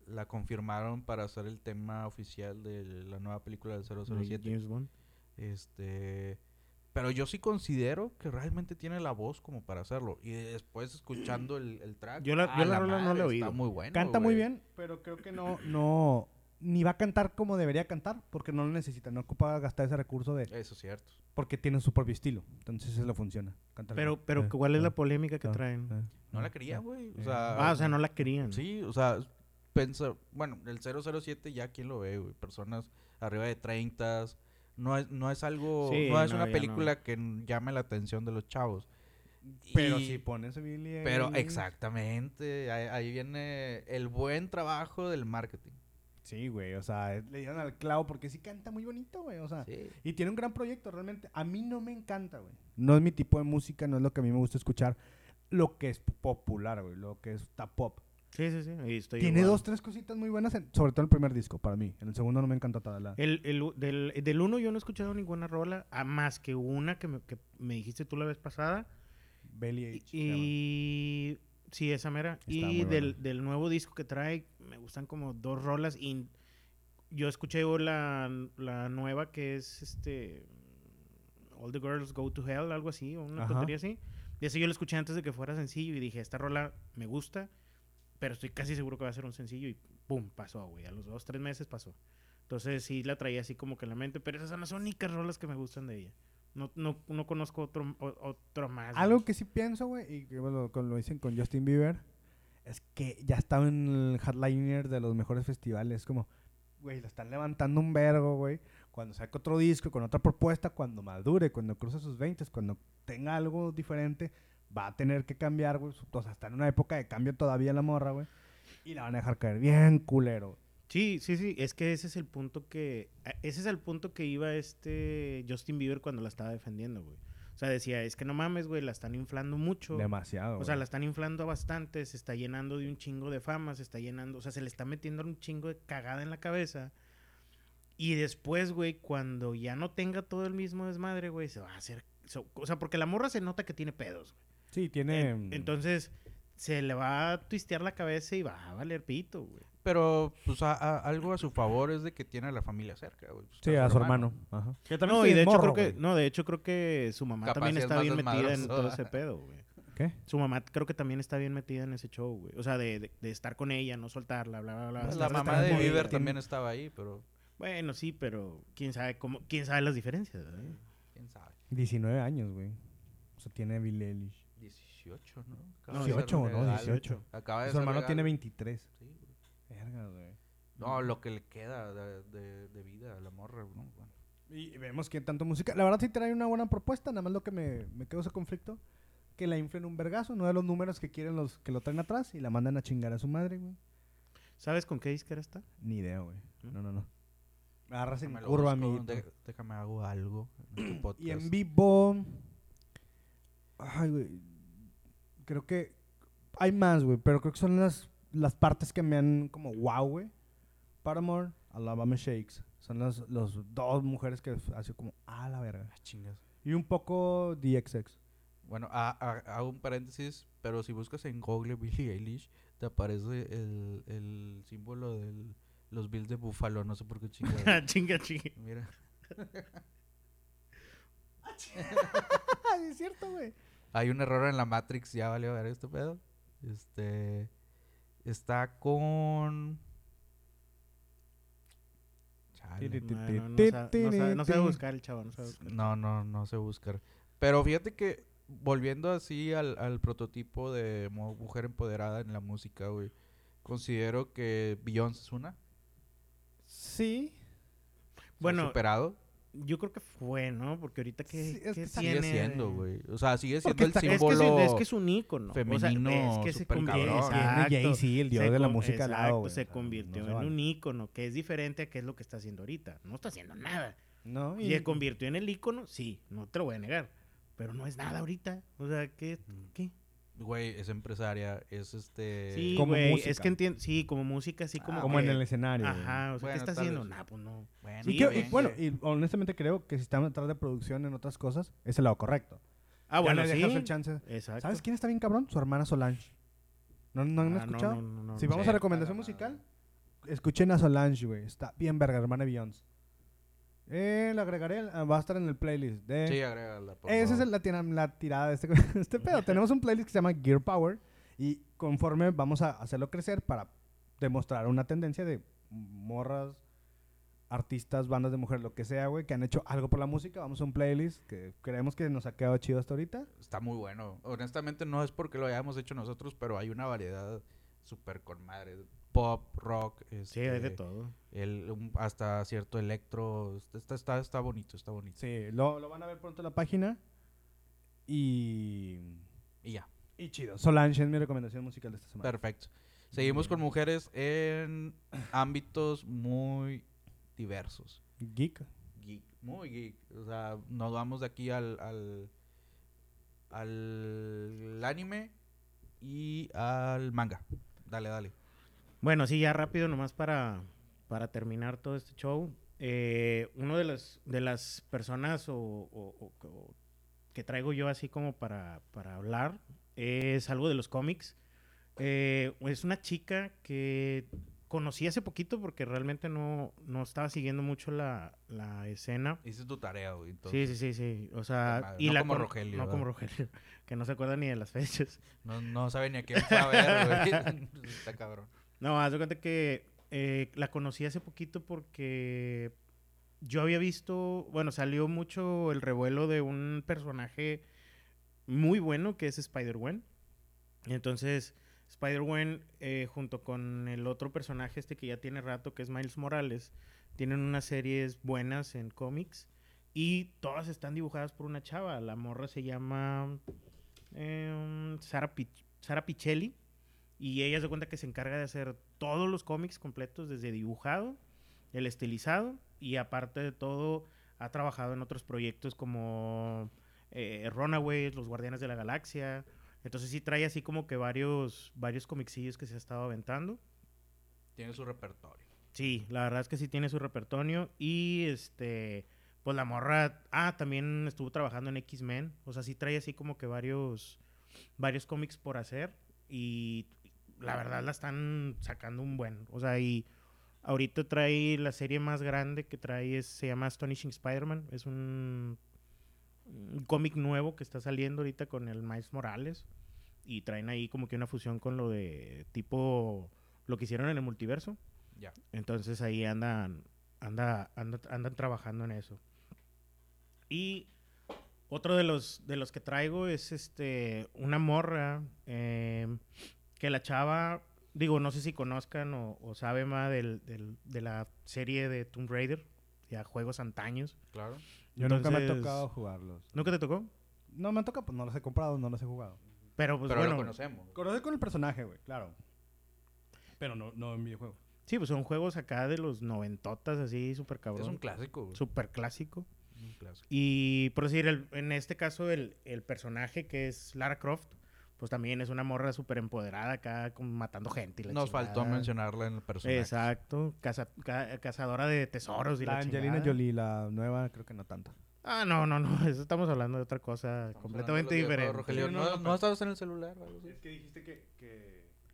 [SPEAKER 3] la confirmaron para hacer el tema oficial de la nueva película del
[SPEAKER 2] Pues
[SPEAKER 1] de
[SPEAKER 3] 007.
[SPEAKER 1] James Bond.
[SPEAKER 3] Este, pero yo sí considero que realmente tiene la voz como para hacerlo. Y después escuchando el, el track.
[SPEAKER 1] Yo la-
[SPEAKER 3] ¡ah,
[SPEAKER 1] yo la rola no
[SPEAKER 3] madre!
[SPEAKER 1] la he
[SPEAKER 3] Está
[SPEAKER 1] oído.
[SPEAKER 3] muy bueno.
[SPEAKER 2] Canta muy
[SPEAKER 3] güey.
[SPEAKER 2] bien, pero creo que no, no, ni va a cantar como debería cantar, porque no lo necesita, no ocupa gastar ese recurso de,
[SPEAKER 3] Eso es cierto.
[SPEAKER 2] porque tiene su propio estilo, entonces eso le funciona. cantar bien.
[SPEAKER 1] Pero, pero
[SPEAKER 2] Eh,
[SPEAKER 1] ¿cuál es
[SPEAKER 2] eh,
[SPEAKER 1] la polémica que
[SPEAKER 2] eh,
[SPEAKER 1] traen?
[SPEAKER 2] eh,
[SPEAKER 3] No
[SPEAKER 2] eh,
[SPEAKER 3] la quería, güey. O
[SPEAKER 2] eh.
[SPEAKER 3] sea,
[SPEAKER 1] Ah, o sea, no la querían.
[SPEAKER 3] Sí, o sea, pensa, bueno, el 007 ya quién lo ve, güey, personas arriba de 30, no es no es algo
[SPEAKER 1] Sí,
[SPEAKER 3] no es
[SPEAKER 1] no,
[SPEAKER 3] una
[SPEAKER 1] ya
[SPEAKER 3] película que n- llame la atención de los chavos.
[SPEAKER 2] Pero
[SPEAKER 3] Y-
[SPEAKER 2] si pones a Billie
[SPEAKER 3] pero
[SPEAKER 2] Eilish-
[SPEAKER 3] exactamente, ahí, ahí viene el buen trabajo del marketing.
[SPEAKER 2] Sí, güey, o sea, eh, le dieron al clavo porque sí canta muy bonito, güey, o sea.
[SPEAKER 3] Sí.
[SPEAKER 2] Y tiene un gran proyecto, realmente. A mí no me encanta, güey. No es mi tipo de música, no es lo que a mí me gusta escuchar. Lo que es popular, güey, lo que está pop.
[SPEAKER 1] sí, sí. sí, ahí estoy
[SPEAKER 2] Tiene
[SPEAKER 1] igual.
[SPEAKER 2] dos, tres cositas muy buenas, en- sobre todo en el primer disco, para mí. En el segundo no me encanta toda la...
[SPEAKER 1] El, el u- del, del uno yo no he escuchado ninguna rola, a más que una que me, que me dijiste tú la vez pasada.
[SPEAKER 2] Belly
[SPEAKER 1] Y,
[SPEAKER 2] Age, se llama.
[SPEAKER 1] y- sí, esa mera.
[SPEAKER 2] Está muy
[SPEAKER 1] Y
[SPEAKER 2] buena.
[SPEAKER 1] del, del nuevo disco que trae, me gustan como dos rolas. Y yo escuché la, la nueva que es este All the Girls Go to Hell, algo así, o una
[SPEAKER 2] Ajá.
[SPEAKER 1] tontería así. Y eso yo lo escuché antes de que fuera sencillo y dije, esta rola me gusta, pero estoy casi seguro que va a ser un sencillo y pum, pasó, güey. A los dos, tres meses pasó. Entonces sí la traía así como que en la mente, pero esas son las únicas rolas que me gustan de ella. No, no, no conozco otro, o- otro más. güey.
[SPEAKER 2] Algo que sí pienso, güey, y que bueno, con- lo dicen con Justin Bieber, es que ya estaba en el headliner de los mejores festivales. Como, güey, lo están levantando un vergo, güey. Cuando saque otro disco, con otra propuesta, cuando madure, cuando cruce sus 20, cuando tenga algo diferente, va a tener que cambiar, güey. su- O sea, está en una época de cambio todavía la morra, güey. Y la van a dejar caer bien culero.
[SPEAKER 1] Sí, sí, sí, es que ese es el punto que a- ese es el punto que iba este Justin Bieber cuando la estaba defendiendo, güey. O sea, decía, es que no mames, güey, la están inflando mucho.
[SPEAKER 2] Demasiado.
[SPEAKER 1] o sea,
[SPEAKER 2] güey.
[SPEAKER 1] la están inflando bastante, se está llenando de un chingo de fama, se está llenando, o sea, se le está metiendo un chingo de cagada en la cabeza. Y después, güey, cuando ya no tenga todo el mismo desmadre, güey, se va a hacer, so- o sea, porque la morra se nota que tiene pedos. güey.
[SPEAKER 2] Sí, tiene...
[SPEAKER 1] En- entonces, se le va a twistear la cabeza y va a valer pito, güey.
[SPEAKER 3] Pero pues a- a- algo a su favor es de que tiene a la familia cerca, güey. Pues,
[SPEAKER 2] Sí,
[SPEAKER 3] está
[SPEAKER 2] a su hermano. Ajá.
[SPEAKER 1] no, y de hecho
[SPEAKER 2] morro,
[SPEAKER 1] creo que,
[SPEAKER 2] güey.
[SPEAKER 1] no, de hecho creo que su mamá
[SPEAKER 3] Capaz
[SPEAKER 1] también
[SPEAKER 3] sí es
[SPEAKER 1] está
[SPEAKER 3] más
[SPEAKER 1] bien metida en
[SPEAKER 3] desmadroso.
[SPEAKER 1] todo ese pedo, güey.
[SPEAKER 2] ¿Qué?
[SPEAKER 1] Su mamá creo que también está bien metida en ese show, güey. O sea, de, de- de estar con ella, no soltarla, bla, bla, bla.
[SPEAKER 3] Pues, la
[SPEAKER 1] estar-
[SPEAKER 3] mamá
[SPEAKER 1] estar
[SPEAKER 3] de
[SPEAKER 1] con ella.
[SPEAKER 3] Bieber también estaba ahí, pero
[SPEAKER 1] Bueno, sí, pero quién sabe cómo, quién sabe las diferencias, ¿eh? ¿verdad?
[SPEAKER 3] quién sabe.
[SPEAKER 2] 19 años, güey. O sea, tiene Billie Eilish.
[SPEAKER 3] 18, ¿no? Acaba de ser
[SPEAKER 2] 18,
[SPEAKER 3] un
[SPEAKER 2] ¿no?
[SPEAKER 3] regalo.
[SPEAKER 2] 18.
[SPEAKER 3] Acaba de
[SPEAKER 2] Su
[SPEAKER 3] ser
[SPEAKER 2] hermano
[SPEAKER 3] regalo.
[SPEAKER 2] tiene 23.
[SPEAKER 3] Sí, güey.
[SPEAKER 2] Verga, güey.
[SPEAKER 3] No,
[SPEAKER 2] Mm.
[SPEAKER 3] lo que le queda de, de- de vida a la morra, ¿no? Bueno,
[SPEAKER 2] Y vemos que tanto música. La verdad sí trae una buena propuesta, nada más lo que me, me causa conflicto. Que la inflen un vergazo, no de los números que quieren los que lo traen atrás y la mandan a chingar a su madre, güey.
[SPEAKER 1] ¿Sabes con qué disquera está?
[SPEAKER 2] Ni idea, güey.
[SPEAKER 1] ¿No?
[SPEAKER 2] No, no, no. Me agarras en
[SPEAKER 3] déjame ¿Mm? lo
[SPEAKER 2] curva,
[SPEAKER 3] busco,
[SPEAKER 2] amiguito.
[SPEAKER 3] de- déjame hago algo en este podcast.
[SPEAKER 2] Y en vivo. Ay, güey. Creo que. Hay más, güey. Pero creo que son las, las partes que me han como wow, güey. Paramore, Alabama Shakes. Son las los dos mujeres que hace como a la verga.
[SPEAKER 3] Ah, chingas.
[SPEAKER 2] Y un poco DXX.
[SPEAKER 3] Bueno, a- a- hago un paréntesis, pero si buscas en Google Billie Eilish, te aparece el, el símbolo de los Bills de Buffalo, no sé por qué chingas.
[SPEAKER 1] Ah, chinga, chinga.
[SPEAKER 3] Mira,
[SPEAKER 2] Ah, sí, es cierto, güey.
[SPEAKER 3] hay un error en la Matrix, ya valió ver este pedo. Este está con Chale.
[SPEAKER 2] Tiri,
[SPEAKER 1] No, no, no sabe, no sabe- no sabe buscar el chavo, no sabe buscar.
[SPEAKER 3] No, no, no sé buscar. Pero fíjate que volviendo así al, al prototipo de mu- mujer empoderada en la música, güey, considero que Beyoncé es una. o
[SPEAKER 2] Sí.
[SPEAKER 3] sea,
[SPEAKER 1] Bueno,
[SPEAKER 3] superado.
[SPEAKER 1] yo creo que fue, ¿no? Porque ahorita que
[SPEAKER 2] Sí, es que está-
[SPEAKER 3] Sigue
[SPEAKER 1] tiene de-
[SPEAKER 3] siendo, güey. O sea, sigue siendo
[SPEAKER 2] Porque
[SPEAKER 3] el
[SPEAKER 2] está- es
[SPEAKER 1] Es que, es,
[SPEAKER 3] símbolo.
[SPEAKER 1] es que es un ícono.
[SPEAKER 3] femenino súper cabrón.
[SPEAKER 2] Tiene Jay-Z, el dios de la música, al
[SPEAKER 1] exacto,
[SPEAKER 2] lado, güey.
[SPEAKER 1] se
[SPEAKER 2] O sea,
[SPEAKER 1] convirtió
[SPEAKER 2] no se
[SPEAKER 1] en
[SPEAKER 2] vale.
[SPEAKER 1] un ícono, que es diferente a qué es lo que está haciendo ahorita. No está haciendo nada.
[SPEAKER 2] No,
[SPEAKER 1] ¿Y se convirtió en el ícono? Sí, no te lo voy a negar. Pero no es nada ahorita. O sea, ¿qué? qué?
[SPEAKER 3] Güey, es empresaria, es este.
[SPEAKER 1] Sí,
[SPEAKER 2] Eh, como
[SPEAKER 1] güey,
[SPEAKER 2] música.
[SPEAKER 1] es que entiendo. Sí, como música, sí, como.
[SPEAKER 3] Ah,
[SPEAKER 2] Como en
[SPEAKER 1] que-
[SPEAKER 2] el escenario. güey.
[SPEAKER 1] Ajá, o sea, ¿qué
[SPEAKER 3] Bueno,
[SPEAKER 1] está
[SPEAKER 3] tal
[SPEAKER 1] haciendo?
[SPEAKER 3] vez.
[SPEAKER 1] Nah, pues no.
[SPEAKER 3] Bueno,
[SPEAKER 1] Sí,
[SPEAKER 2] Y,
[SPEAKER 3] está
[SPEAKER 2] creo-
[SPEAKER 1] güey.
[SPEAKER 2] y
[SPEAKER 3] bien,
[SPEAKER 2] bueno,
[SPEAKER 3] güey.
[SPEAKER 2] y honestamente creo que si están atrás de producción en otras cosas, es el lado correcto.
[SPEAKER 1] Ah,
[SPEAKER 2] Ya
[SPEAKER 1] bueno,
[SPEAKER 2] le
[SPEAKER 1] sí.
[SPEAKER 2] dejas el chance.
[SPEAKER 1] Exacto.
[SPEAKER 2] ¿Sabes quién está bien cabrón? Su hermana Solange. ¿No, no
[SPEAKER 1] Ah,
[SPEAKER 2] han
[SPEAKER 1] no,
[SPEAKER 2] escuchado?
[SPEAKER 1] no, no, no,
[SPEAKER 2] si
[SPEAKER 1] no.
[SPEAKER 2] vamos
[SPEAKER 3] Sí,
[SPEAKER 2] a recomendación
[SPEAKER 3] para nada.
[SPEAKER 2] musical, escuchen a Solange, güey. Está bien verga, hermana Beyoncé. Eh, la agregaré. ah, Va a estar en el playlist de...
[SPEAKER 1] eh,
[SPEAKER 3] Sí, agrégala. por
[SPEAKER 2] Esa es
[SPEAKER 3] favor.
[SPEAKER 2] el- la, tira- la tirada de este, este pedo. Tenemos un playlist que se llama Gear Power y conforme vamos a hacerlo crecer para demostrar una tendencia de morras, artistas, bandas de mujer, lo que sea, güey, que han hecho algo por la música. Vamos a un playlist que creemos que nos ha quedado chido hasta ahorita.
[SPEAKER 3] Está muy bueno. Honestamente, no es porque lo hayamos hecho nosotros, pero hay una variedad súper con madre. Pop, rock.
[SPEAKER 1] Sí, hay de
[SPEAKER 3] este,
[SPEAKER 1] todo.
[SPEAKER 3] el- un- hasta cierto electro. Está, está, está bonito, está bonito.
[SPEAKER 2] Sí, lo, lo van a ver pronto en la página y...
[SPEAKER 3] Y ya,
[SPEAKER 2] Y chido. Solange es mi recomendación musical de esta semana.
[SPEAKER 3] perfecto. Seguimos con mujeres en ámbitos muy diversos.
[SPEAKER 2] Geek.
[SPEAKER 3] Geek, muy geek. O sea, nos vamos de aquí al, al, al anime y al manga. Dale, dale.
[SPEAKER 1] Bueno, sí, ya rápido, nomás para, para terminar todo este show. Eh, uno de las, de las personas o, o- o- o que traigo yo así como para, para hablar es algo de los cómics. Eh, es una chica que conocí hace poquito porque realmente no, no estaba siguiendo mucho la, la escena.
[SPEAKER 3] Hiciste tu tarea, güey.
[SPEAKER 1] Sí,
[SPEAKER 3] entonces.
[SPEAKER 1] sí, sí, sí. O sea,
[SPEAKER 3] madre, no como
[SPEAKER 1] con-
[SPEAKER 3] Rogelio,
[SPEAKER 1] No como
[SPEAKER 3] ¿verdad?
[SPEAKER 1] Rogelio, que no se acuerda ni de las fechas.
[SPEAKER 3] No, no sabe ni a quién fue a ver, güey. Está cabrón.
[SPEAKER 1] No, haz de cuenta que eh, la conocí hace poquito porque yo había visto, bueno, salió mucho el revuelo de un personaje muy bueno que es Spider-Gwen. Entonces, Spider-Gwen eh, junto con el otro personaje este que ya tiene rato que es Miles Morales, tienen unas series buenas en cómics y todas están dibujadas por una chava. La morra se llama em, Sara, Pich- Sara Pichelli. Y ella se cuenta que se encarga de hacer todos los cómics completos, desde dibujado, el estilizado, y aparte de todo, ha trabajado en otros proyectos como eh, Runaways, Los Guardianes de la Galaxia. Entonces sí trae así como que varios, varios comicillos que se ha estado aventando.
[SPEAKER 3] Tiene su repertorio.
[SPEAKER 1] Sí, la verdad es que sí tiene su repertorio. Y este, pues la morra. Ah, también estuvo trabajando en X-Men. O sea, sí trae así como que varios, varios cómics por hacer. Y la verdad la están sacando un buen. O sea, y ahorita trae la serie más grande que trae, es- se llama Astonishing Spider-Man. Es un, un cómic nuevo que está saliendo ahorita con el Miles Morales. Y traen ahí como que una fusión con lo de tipo lo que hicieron en el multiverso.
[SPEAKER 3] Ya.
[SPEAKER 1] Entonces ahí andan, anda, anda- andan trabajando en eso. Y otro de los, de los que traigo es este, una morra eh, que la chava, digo, no sé si conozcan o, o sabe más del, del- de la serie de Tomb Raider, ya juegos antaños.
[SPEAKER 3] Claro.
[SPEAKER 2] Yo nunca me ha
[SPEAKER 1] Entonces,
[SPEAKER 2] tocado jugarlos.
[SPEAKER 1] ¿Nunca te tocó?
[SPEAKER 2] No me han tocado, pues no los he comprado, no los he jugado.
[SPEAKER 1] Pero pues
[SPEAKER 3] Pero lo
[SPEAKER 1] bueno,
[SPEAKER 3] conocemos.
[SPEAKER 2] Conoce con el personaje, güey, claro. Pero no, no en videojuegos.
[SPEAKER 1] sí, pues son juegos acá de los noventotas, así, súper
[SPEAKER 3] Es un
[SPEAKER 1] cabrón,
[SPEAKER 3] clásico, güey.
[SPEAKER 1] súper clásico.
[SPEAKER 3] Un clásico.
[SPEAKER 1] Y por decir, el- en este caso, el, el personaje que es Lara Croft, pues también es una morra súper empoderada acá, como matando gente. Y la
[SPEAKER 3] Nos faltó
[SPEAKER 1] chingada.
[SPEAKER 3] mencionarla en el personaje.
[SPEAKER 1] Exacto, caza- ca- cazadora de tesoros y la,
[SPEAKER 2] La Angelina
[SPEAKER 1] chingada.
[SPEAKER 2] Jolie, la nueva, creo que no tanto.
[SPEAKER 1] Ah, no, no, no, eso estamos hablando de otra cosa
[SPEAKER 3] Estamos
[SPEAKER 1] completamente
[SPEAKER 3] hablando de
[SPEAKER 1] diferente.
[SPEAKER 3] los videojuegos, Rogelio.
[SPEAKER 2] Sí, no,
[SPEAKER 3] no,
[SPEAKER 2] no,
[SPEAKER 3] no
[SPEAKER 2] pero-
[SPEAKER 3] estabas en el celular. o algo así?
[SPEAKER 2] que dijiste que,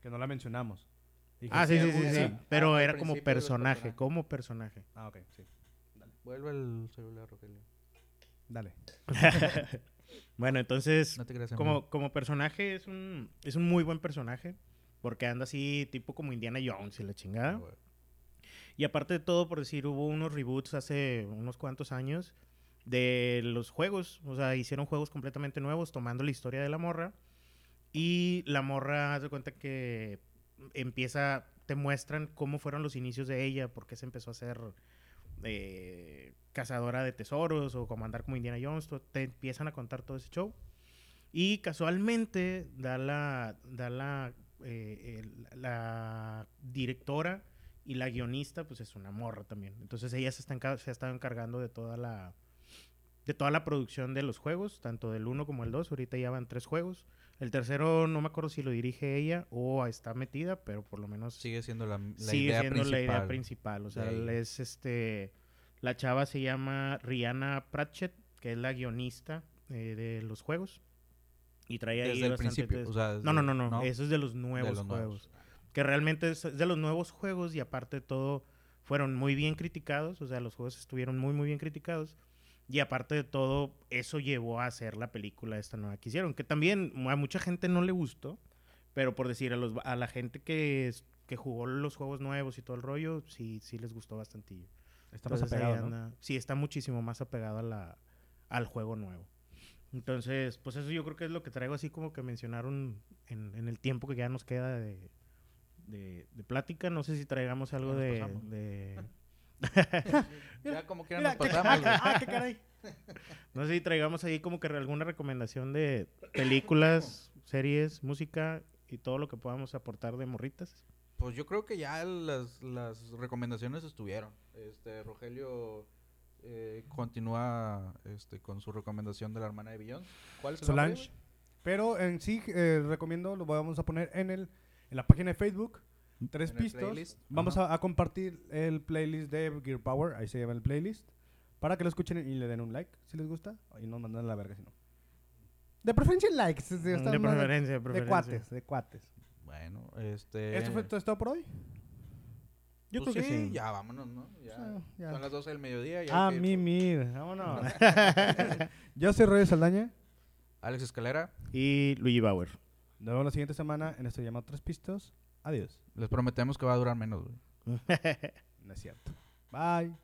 [SPEAKER 2] que, no la mencionamos. Dije,
[SPEAKER 1] Ah, sí, sí, sí,
[SPEAKER 3] algún
[SPEAKER 1] sí,
[SPEAKER 3] día.
[SPEAKER 1] pero
[SPEAKER 3] Ah, al
[SPEAKER 1] era como
[SPEAKER 3] principio de los
[SPEAKER 1] personaje,
[SPEAKER 3] personajes.
[SPEAKER 1] como personaje.
[SPEAKER 2] Ah, ok, sí.
[SPEAKER 3] Vuelve el celular, Rogelio.
[SPEAKER 2] Dale.
[SPEAKER 1] Bueno, entonces,
[SPEAKER 3] No te creas. amigo.
[SPEAKER 1] como, como personaje es un, es un muy buen personaje, porque anda así tipo como Indiana Jones y la chingada.
[SPEAKER 3] Ah, güey.
[SPEAKER 1] Y aparte de todo, por decir, hubo unos reboots hace unos cuantos años de los juegos. O sea, hicieron juegos completamente nuevos tomando la historia de la morra. Y la morra, haz de cuenta que empieza, te muestran cómo fueron los inicios de ella, por qué se empezó a ser eh, cazadora de tesoros o como andar como Indiana Jones. to- Te empiezan a contar todo ese show. Y casualmente da la, da la, eh, el- la directora y la guionista, pues es una morra también. Entonces ella se, está enca- se ha estado encargando de toda la de toda la producción de los juegos, tanto del 1 como el 2. Ahorita ya van tres juegos. El tercero no me acuerdo si lo dirige ella o está metida, pero por lo menos
[SPEAKER 3] Sigue siendo la, la
[SPEAKER 1] sigue
[SPEAKER 3] idea
[SPEAKER 1] siendo
[SPEAKER 3] principal.
[SPEAKER 1] la idea principal. O sea,
[SPEAKER 3] de ahí.
[SPEAKER 1] es este. La chava se llama Rihanna Pratchett, que es la guionista eh, de los juegos. Y trae ahí
[SPEAKER 3] Desde el
[SPEAKER 1] bastante
[SPEAKER 3] principio.
[SPEAKER 1] de-
[SPEAKER 3] o sea,
[SPEAKER 1] no,
[SPEAKER 3] desde-
[SPEAKER 1] no, no, no, Eso es de los
[SPEAKER 3] De
[SPEAKER 1] nuevos
[SPEAKER 3] los
[SPEAKER 1] juegos.
[SPEAKER 3] nuevos.
[SPEAKER 1] Que que realmente es es de los nuevos juegos y aparte de todo fueron muy bien criticados, o sea, los juegos estuvieron muy, muy bien criticados. Y aparte de todo, eso llevó a hacer la película esta nueva que hicieron, que también a mucha gente no le gustó, pero por decir, a, los, a la gente que, es- que jugó los juegos nuevos y todo el rollo, sí, sí les gustó bastantillo.
[SPEAKER 2] Está más
[SPEAKER 1] Entonces, ahí
[SPEAKER 2] apegado, ¿no?
[SPEAKER 1] anda- Sí, está muchísimo más apegado a la, al juego nuevo. Entonces, pues eso yo creo que es lo que traigo así como que mencionaron en, en el tiempo que ya nos queda de, de- de plática. No sé si traigamos algo
[SPEAKER 3] nos
[SPEAKER 1] de...
[SPEAKER 3] pasamos.
[SPEAKER 1] de-
[SPEAKER 3] Ya como que
[SPEAKER 2] Mira,
[SPEAKER 3] nos
[SPEAKER 2] qué-
[SPEAKER 3] pasamos. güey.
[SPEAKER 2] ah, qué caray.
[SPEAKER 1] no sé si traigamos ahí como que alguna recomendación de películas, series, música y todo lo que podamos aportar de morritas.
[SPEAKER 3] Pues yo creo que ya las, las recomendaciones estuvieron. Este, Rogelio eh, continúa este, con su recomendación de la hermana de Billón. ¿Cuál es el nombre,
[SPEAKER 2] Solange. Pero en sí, eh, recomiendo, lo vamos a poner en, el, en la página de Facebook. Tres
[SPEAKER 3] En el
[SPEAKER 2] pistos.
[SPEAKER 3] playlist.
[SPEAKER 2] Vamos a, a compartir el playlist de Gear Power. Ahí se llama el playlist. Para que lo escuchen y le den un like si les gusta. Y no mandan a la verga si no. De preferencia, likes. es decir,
[SPEAKER 1] Mm, De
[SPEAKER 2] están más
[SPEAKER 1] preferencia, de
[SPEAKER 2] de
[SPEAKER 1] preferencia.
[SPEAKER 2] cuates, de cuates.
[SPEAKER 3] güey? Bueno, este.
[SPEAKER 2] ¿Esto fue todo, es todo por hoy?
[SPEAKER 1] Yo
[SPEAKER 3] pues
[SPEAKER 1] creo que sí. Ah,
[SPEAKER 3] Ya vámonos, ¿no? Ya.
[SPEAKER 2] Ah, ya.
[SPEAKER 3] Son las 12 del mediodía. Ya
[SPEAKER 2] A
[SPEAKER 3] hay que irse.
[SPEAKER 2] mimir. Vámonos. Yo soy Roger Saldaña.
[SPEAKER 3] Alex Escalera,
[SPEAKER 1] Y Luigi Bauer.
[SPEAKER 2] Nos vemos la siguiente semana en este llamado Tres Pistos. Adiós.
[SPEAKER 3] les prometemos que va a durar menos, güey.
[SPEAKER 2] No es cierto. Bye.